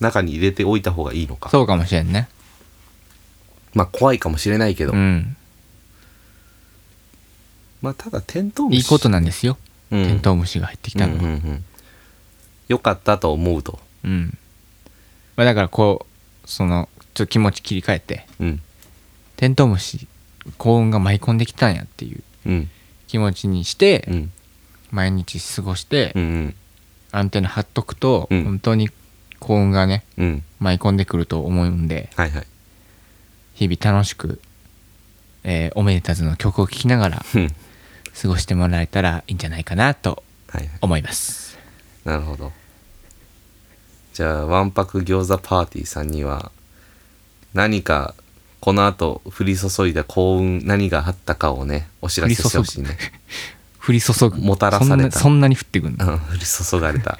中に入れておいた方がいいのか。
そうかもしれんね
まあ怖いかもしれないけど、
うん
まあただテントウムシ。
いいことなんですよ、
うん
テントウムシが入ってきたのは
うんうんうんよかったと思うと。
うんまあ、だからこうそのちょっと気持ち切り替えて
うん。
テントウムシ幸運が舞い込んできたんやっていう
うん。
気持ちにして、
うん。
毎日過ごして、
うん。
アンテナ張っとくと、
うん
本当に幸運がね
うん。
舞い込んでくると思うんで
はいはい。
日々楽しく、えーおめでたずの曲を聴きながら
うん。
過ごしてもらえたらいいんじゃないかなと
はいはい。
思います
なるほど。じゃあ、わんぱく餃子パーティーさんには、何か、この後、降り注いだ幸運、何があったかをね、お知らせしてほしいね。
降り注ぐ
もたら
そ
された
んなそんなに降ってくん
う
の
ん、降り注がれた。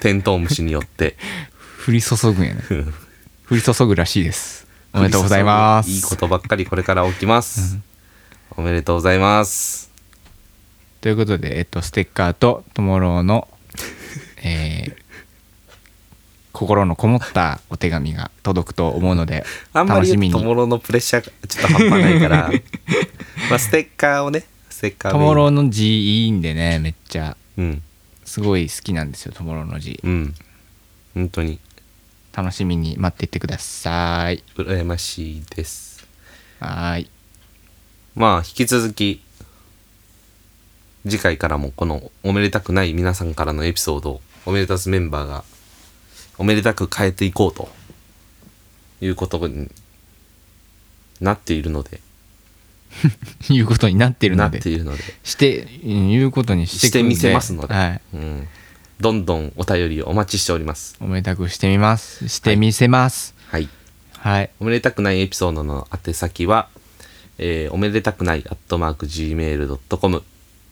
テントウムシによって。
降り注ぐんやね降り注ぐらしいですおめでとうございます
いいことばっかりこれから起きます。おめでとうございます。
ということで、えっと、ステッカーとトモロー の、えー心のこもったお手紙が届くと思うので
あんま
楽
り
しみに
トモロのプレッシャーがちょっと半端ないから、まあ、ステッカーをね、ステッカー
トモローの G いいんでねめっちゃ
うん。
すごい好きなんですよ「ともろの字
うん本当に」
楽しみに待っていてください
羨ましいです
はーい
まあ引き続き次回からもこのおめでたくない皆さんからのエピソードをおめでたすメンバーがおめでたく変えていこうということになっているので
いうことになってる
な
の
っ
で
ているので、
していうことにして
して
くん
みせますので、
はい、
うん、どんどんお便りお待ちしております
おめでたくしてみますしてみせます
はい
はい、
おめでたくないエピソードの宛先は、えーおめでたくない gmail.com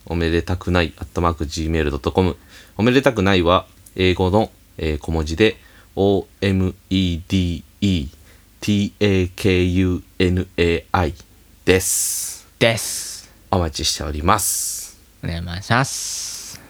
おめでたくない gmail.com おめでたくないは英語の、えー小文字で omedetakunai です
です
お待ちしております
お願いします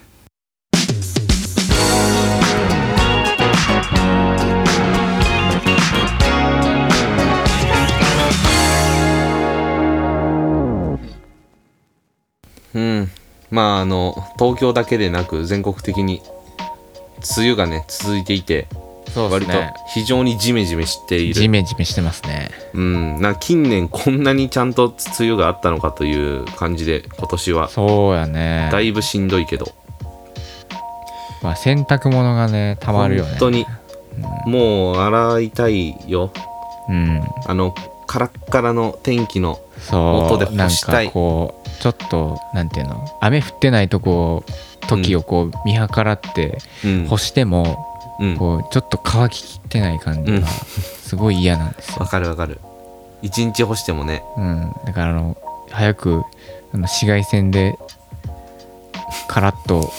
うんまああの東京だけでなく全国的に梅雨がね続いていて
そうで
割
す
と
ね
非常にジメジメしている
ジメジメしてますね
うん、なんか近年こんなにちゃんと梅雨があったのかという感じで今年は
そうやね
だいぶしんどいけど、
まあ、洗濯物がねたまるよね
本当に、もう洗いたいよ
うん
あのカラッカラの天気の
そ
元で
うな
干
ん
したい
かこうちょっとなんていうの雨降ってないとこ時をこう見計らって
うん
干しても、
うんわ、
こうちょっと乾ききってない感じ
うん
がすごい嫌なんですよ、
かるわかる一日干してもね
うん、だからあの早くあの紫外線でカラッと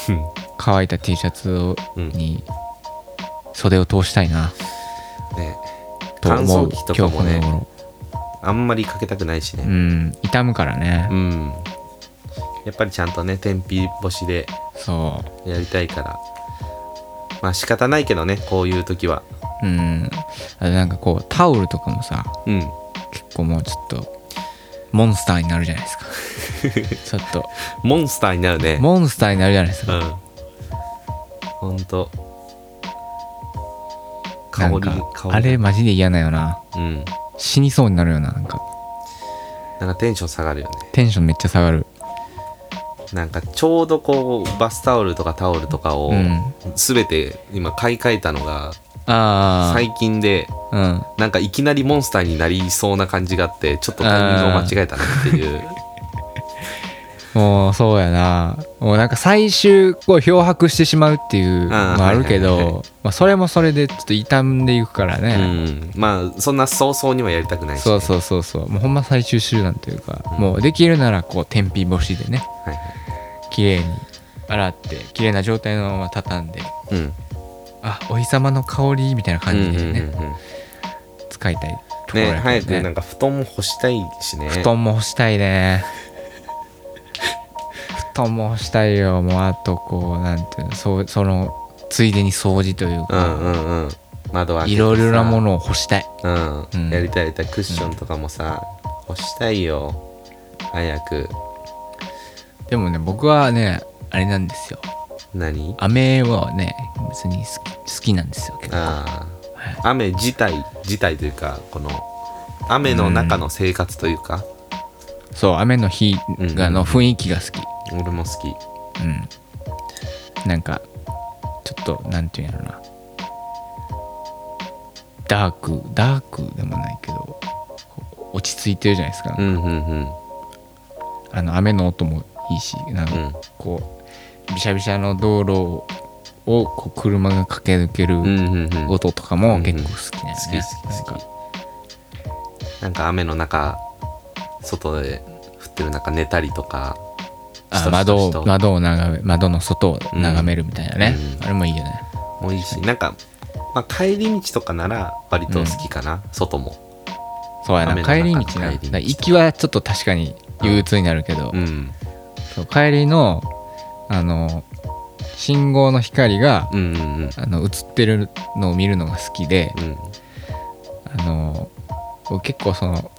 乾いた T シャツを
うん
に袖を通したいな
ね
と思
乾
う
燥機とか
今日
も
こ
ね
の頃、
あんまりかけたくない
う
しね
ん傷むからね、
うん、やっぱりちゃんとね天日干しで
そ
やりたいからまあ仕方ないけどねこういう時は
ううんあとなんかこうタオルとかもさ
うん
結構もうちょっとモンスターになるじゃないです かちょっと
モンスターになるね
モンスターになるじゃないです
う
か、
ん。ほんと。香
な
り、
ん
香
か
り。
あれマジで嫌なよな
うん。
死にそうになるよななんか
なんかテンション下がるよね。
テンションめっちゃ下がる
なんかちょうどこう、バスタオルとかタオルとかを
うん、
すべて今買い替えたのが、
あ
最近で、
あうん
なんかいきなりモンスターになりそうな感じがあって、ちょっとタイミングを間違えたなっていう。
もうそうやなもうなんか最終こう漂白してしまうっていうのもあるけ
あーはいはいはい
どまあそれもそれでちょっと傷んでいくから
う
ね、
ん。まあ、そんな早々にはやりたくないし、
そうそうそうそうもうほんま最終手段というか、
うん
もうできるならこう天日干しでね
う。はいはい。
綺麗に洗って綺麗な状態のまま畳んで
うん。
あお日様の香りみたいな感じでね、
うんうんうんうん
使いたいところ
ね
やけど
早くなんか布団も干したいしね。
布団も干したいね 布団も干したいよもうあとこうなんていうのそうそのついでに掃除という
う
か、
んうんうん。窓開け
い
てさ
ろいろなものを干したい
うん、
うん
やりたいやりたいクッションとかもさ、干したいよ早く
でもね僕はねあれなんですよ
何
雨はね別に好き好きなんですよけど
あー雨自体自体というかこの雨の中の生活というか、
そう雨の日がの雰囲気が好き
俺も好き
うん、なんかちょっとなんていうんやろなダークダークでもないけどこう落ち着いてるじゃないですか、
うんうんうん
あの雨の音もいいしなん
うん
かこうびしゃびしゃの道路をこう車が駆け抜け
う
る
んうんうん好
音とかも結構好きなん
き好
よね、
き好
なん
き
か
なんか雨の中外で降ってる中寝たりとか
あ窓
人
を窓を眺め窓の外を眺めるみたいなね、
うん
あれもいいよね
もいいしなんか、まあ、帰り道とかなら割と好きかな、外も
そうやな
雨の中
帰り道な
帰り道
だから行きはちょっと確かに憂鬱になるけど、
うん
そう帰りのあの信号の光が、
うんうん
あの映ってるのを見るのが好きで
うん
あの僕結構その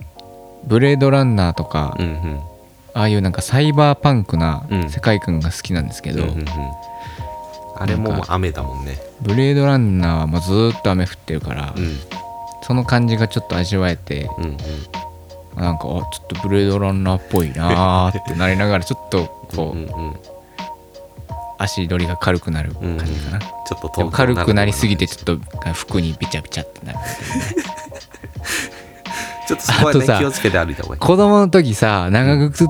ブレードランナーとか、
うんうん
ああいうなんかサイバーパンクな
うん
世界観が好きなんですけ
うん
ど、
うんうんあれも
なん
もう
か
雨だもんね
ブレードランナーはもうずーっと雨降ってるから、
うん
その感じがちょっと味わえて
うんうん
なんかあちょっとブレードランナーっぽいなーってなりながらちょっとこう、
うんうん
足取りが軽くなる感じかな、
ちょっと
でも軽くなりすぎ
て
てちょっと服にビチャビチャってなる
ちょっとそこは
あと
ね
さ
気をつけて歩いた方がいい
子供の時さ長靴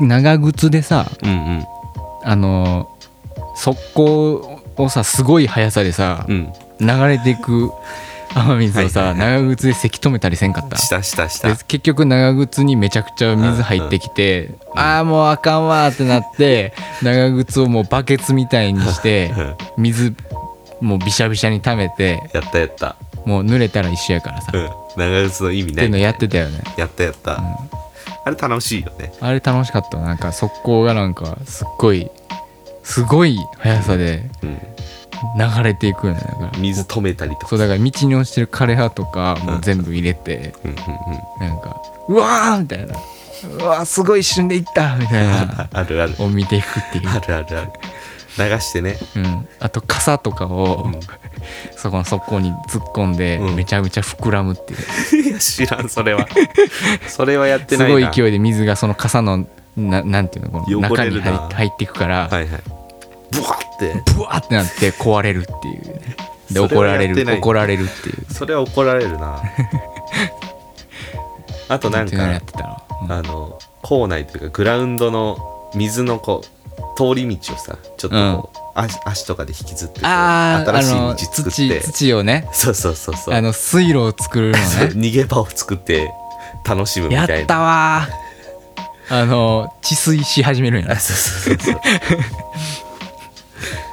長靴でさ
うん
あの速攻をさすごい速さでさ、
うんうん
流れていく雨水をさ、
はいはいは
長靴でせき止めたりせんかった
したしたした
で結局長靴にめちゃくちゃ水入ってきて、ああもうあかんわーってなって長靴をもうバケツみたいにして
うん
水もうびしゃびしゃに溜めて
やったやった
もう濡れたら一緒やからさ、
う
っ
ん長靴の意味
て
ないいう
のやってたよね
やったやった、あれ楽しいよね
あれ楽しかったなんか速攻がなんかすっごいすごい速さで
うん
流れていくよねだから
水止めたりとか
そうだから道に落ちてる枯葉とかもう全部入れて、
うんうんうん
なんかうわーみたいなうわーすごい一瞬でいったみたいな
ああるある
を見ていくっていう
あるあるある流してね
うん、あと傘とかを、
うん
そこの側溝に突っ込んで、
うん
めちゃめちゃ膨らむっていう
い や知らんそ れはそれはやって
す
ない
ごい
な
勢いで水がその傘のななんていうのこの
汚
中
れ
に
るな
入入っていくから、
はいはいブワって
ブワーってなって壊れるっていうねで
それ
怒
は
られ
やって
る
ない
怒られるっていう
それは怒られる なあとなん
っていうのや
か
ってたら、
あの校内というかグラウンドの水のこう通り道をさちょっとこう、足足とかで引きずってこう
ああ
新しい
の
道作って
土土をね
そうそうそうそう
あの水路を作るの
そう
ね
逃げ場を作って楽しむみ
や
た
っ
いな
たわーあの治水し始めるんや
あ
ね
そうそうそう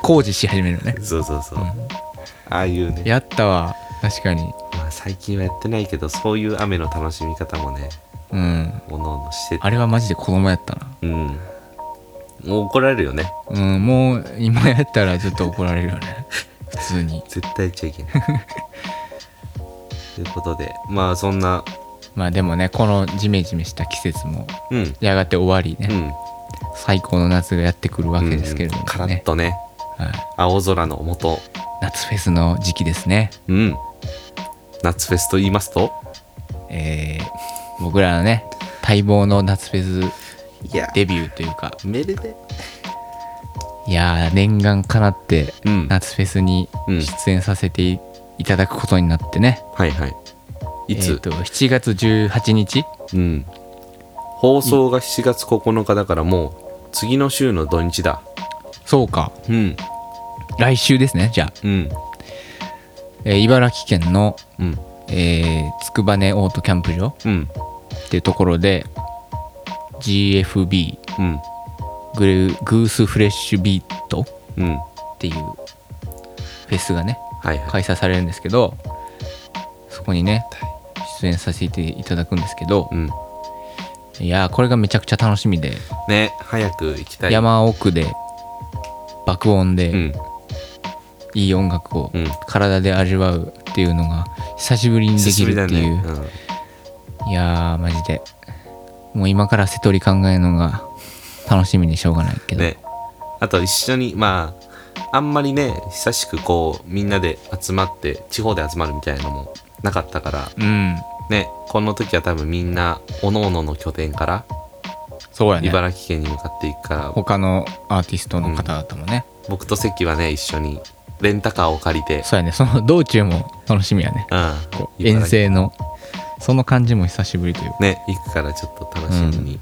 工事し始めるよね
そうそうそうそう、ああいうね
やったわ確かに
まあ、最近はやってないけどそういう雨の楽しみ方もね
うん
おのおのして
あれはマジで子供やったな
うんもう怒られるよね
うんもう今やったらちょっと怒られるよね普通に
絶対やっちゃいけない ということでまあそんな
まあでもねこのジメジメした季節も
うん
やがて終わり
う
ね、
ん
最高の夏がやってくるわけですけれど
うんカ
も
ラッ
ね、
とね
はい、
青空のもと
夏フェスの時期ですね
うん夏フェスと言いますと
えー僕らのね待望の夏フェス
いや
デビューというか
めでて
いやー念願かなって
うん
夏フェスに
うん
出演させていただくことになってね、
はいはいい
え
つ、
ーと7月18日
うん放送が7月9日だからもう次の週の土日だ
そうか
うん
来週ですねじゃあ
うん
えー茨城県の、
うん
えー、つくばねオートキャンプ場
うん
っていうところで GFB
うん
グレグースフレッシュビート
うん
っていうフェスがね
はいはい
開催されるんですけどそこにね出演させていただくんですけど
うん
いやーこれがめちゃくちゃ楽しみで
ね早く行きたい
山奥で爆音
う
で
ん
いい音楽を
うん
体で味わうっていうのが久しぶりにで
久
き
しぶり
る
だ
っていう
ね、うん
いやーマジでもう今から瀬戸り考えるのが楽しみでしょうがないけど、
ねあと一緒にまああんまりね久しくこうみんなで集まって地方で集まるみたいなのもなかったから
うん
ねこの時は多分みんなおののの拠点から
そうやね
茨城県に向かっていくから、
他のアーティストの方々もね、
僕と関はね一緒にレンタカーを借りて
そうやねその道中も楽しみやね
うん
こう遠
茨城
征のその感じも久しぶりというか
ね行くからちょっと楽しみに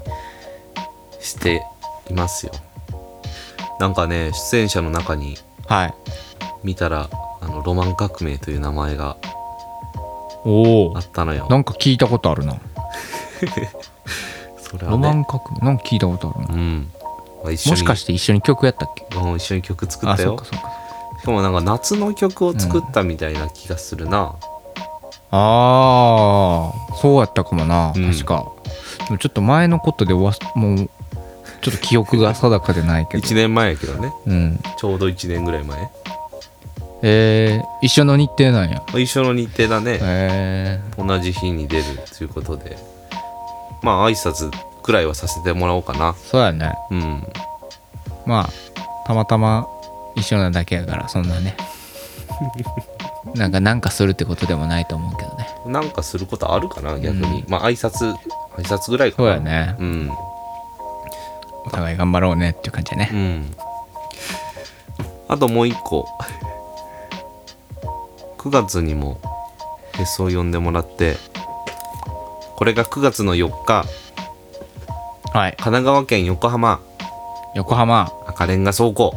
していますよ、なんかね出演者の中に
はい
見たらあのロマン革命という名前が
おお
あったのよ
なんか聞いたことあるな、
それはね
ロマン革命なんか聞いたことあるな
うん、まあ一緒に
もしかして一緒に曲やったっけ
うん一緒に曲作っ
あ
た
そう
よ
かそうか
しかもなんか夏の曲を作ったみたいな気がするな、
ああそうやったかもな、
うん
確かでもちょっと前のことで終わもうちょっと記憶が定かでないけど
一1年前やけどね
うん
ちょうど1年ぐらい前
えー、一緒の日程なんや
一緒の日程だね、
え
同じ日に出るということでまあ挨拶くらいはさせてもらおうかな
ー、そうやね
うん
まあたまたま一緒なだけやからそんな ねなんかなんかするってことでもないと思うけどね
なんかすることあるかな逆に、まあ挨拶挨拶ぐらいか
そう
な
やね
うん
お互い頑張ろうねっていう感じやね
うんあともう一個9月にもへそを呼んでもらってこれが9月の4日
はい
神奈川県横浜
横浜
赤レンガ倉庫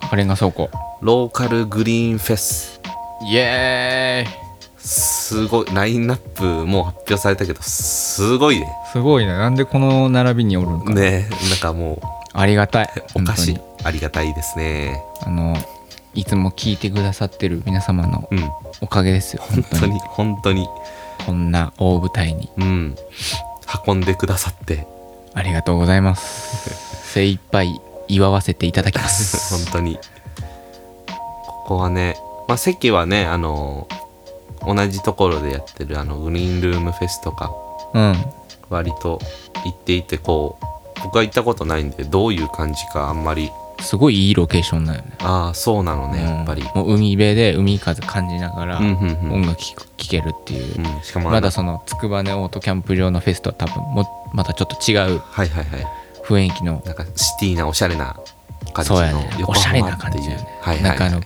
赤レンガ倉庫
ローカルグリーンフェス
イエーイ
すごいラインナップもう発表されたけどすごいね
すごいねなんでこの並びにおるのか、
ねなんかも
ありがたいう
お菓
本
子
当に
ありがたいですね
あのいつも聞いてくださってる皆様の
うん
おかげですよ本当
本当
に
に本当に
こんな大舞台に
うん運んでくださって
ありがとうございます 精一杯祝わせていただきます
本当にここはねまあ席はねあの同じところでやってるあのグリーンルームフェスとか
うん
割と行っていてこう僕は行ったことないんでどういう感じかあんまり
すごいいいロケーションだよね
ああそうなのねやっぱり
うんもう海辺で海風感じながら
うんうんうん
音楽聴く聴けるっていう、
うん、しかもあの
まだそのつくばねオートキャンプ場のフェスとは多分もまたちょっと違う
はいはいはい
雰囲気の
なんかシティなおしゃれな感じ
そう
の
やねおしゃれな感じやね、
はいはい、
なんかあの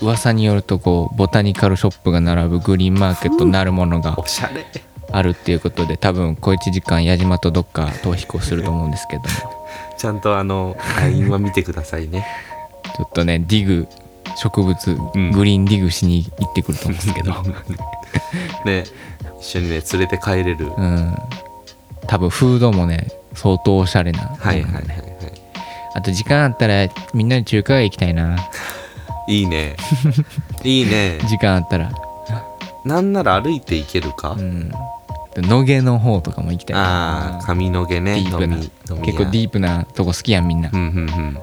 噂によるとこうボタニカルショップが並ぶグリーンマーケットなるものが
おしゃれ
あるっていうことで多分小一時間矢島とどっか逃避行すると思うんですけど も
ちゃんと あの LINE は見てくださいね
ちょっとねディグ植物
うん
グリーンディグしに行ってくると思うんですけど、
ね一緒にね連れて帰れる、
うん、多分フードもね相当おしゃれな、
はいはいはいは
あと時間あったらみんなで中華街行きたいない
い いねいいね
時間あったら
なんなら歩いていけるか、
うんで野毛の方とかも行きたい
あ
な
あ髪の毛ね
ディープな
飲み
結構ディ
ー
ープなとこ好きやんみんな、
プうんうんうん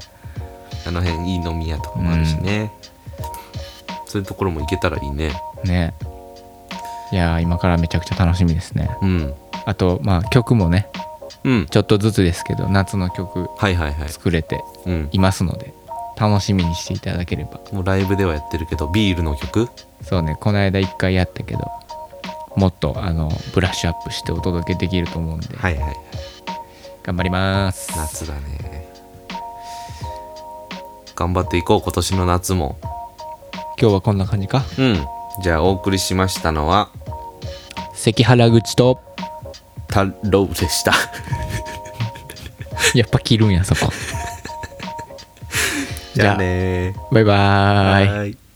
あの辺いい飲み屋とかもあるしね、そういうところも行けたらいいね
ねいやー今からめちゃくちゃ楽しみですね
うん
あとまあ曲もね
うん
ちょっとずつですけど夏の曲
はいはいはい
作れて
うん
いますので楽しみにしていただければ
もうライブではやってるけどビールの曲
そうねこの間一回やったけどもっとあのブラッシュアップしてお届けできると思うんで、
はいはい
頑張ります
夏だね頑張っていこう今年の夏も
今日はこんな感じか
うんじゃあお送りしましたのは
関原口と
太郎でした
やっぱ切るんやそこ
じゃあね
バイバーイ
ーい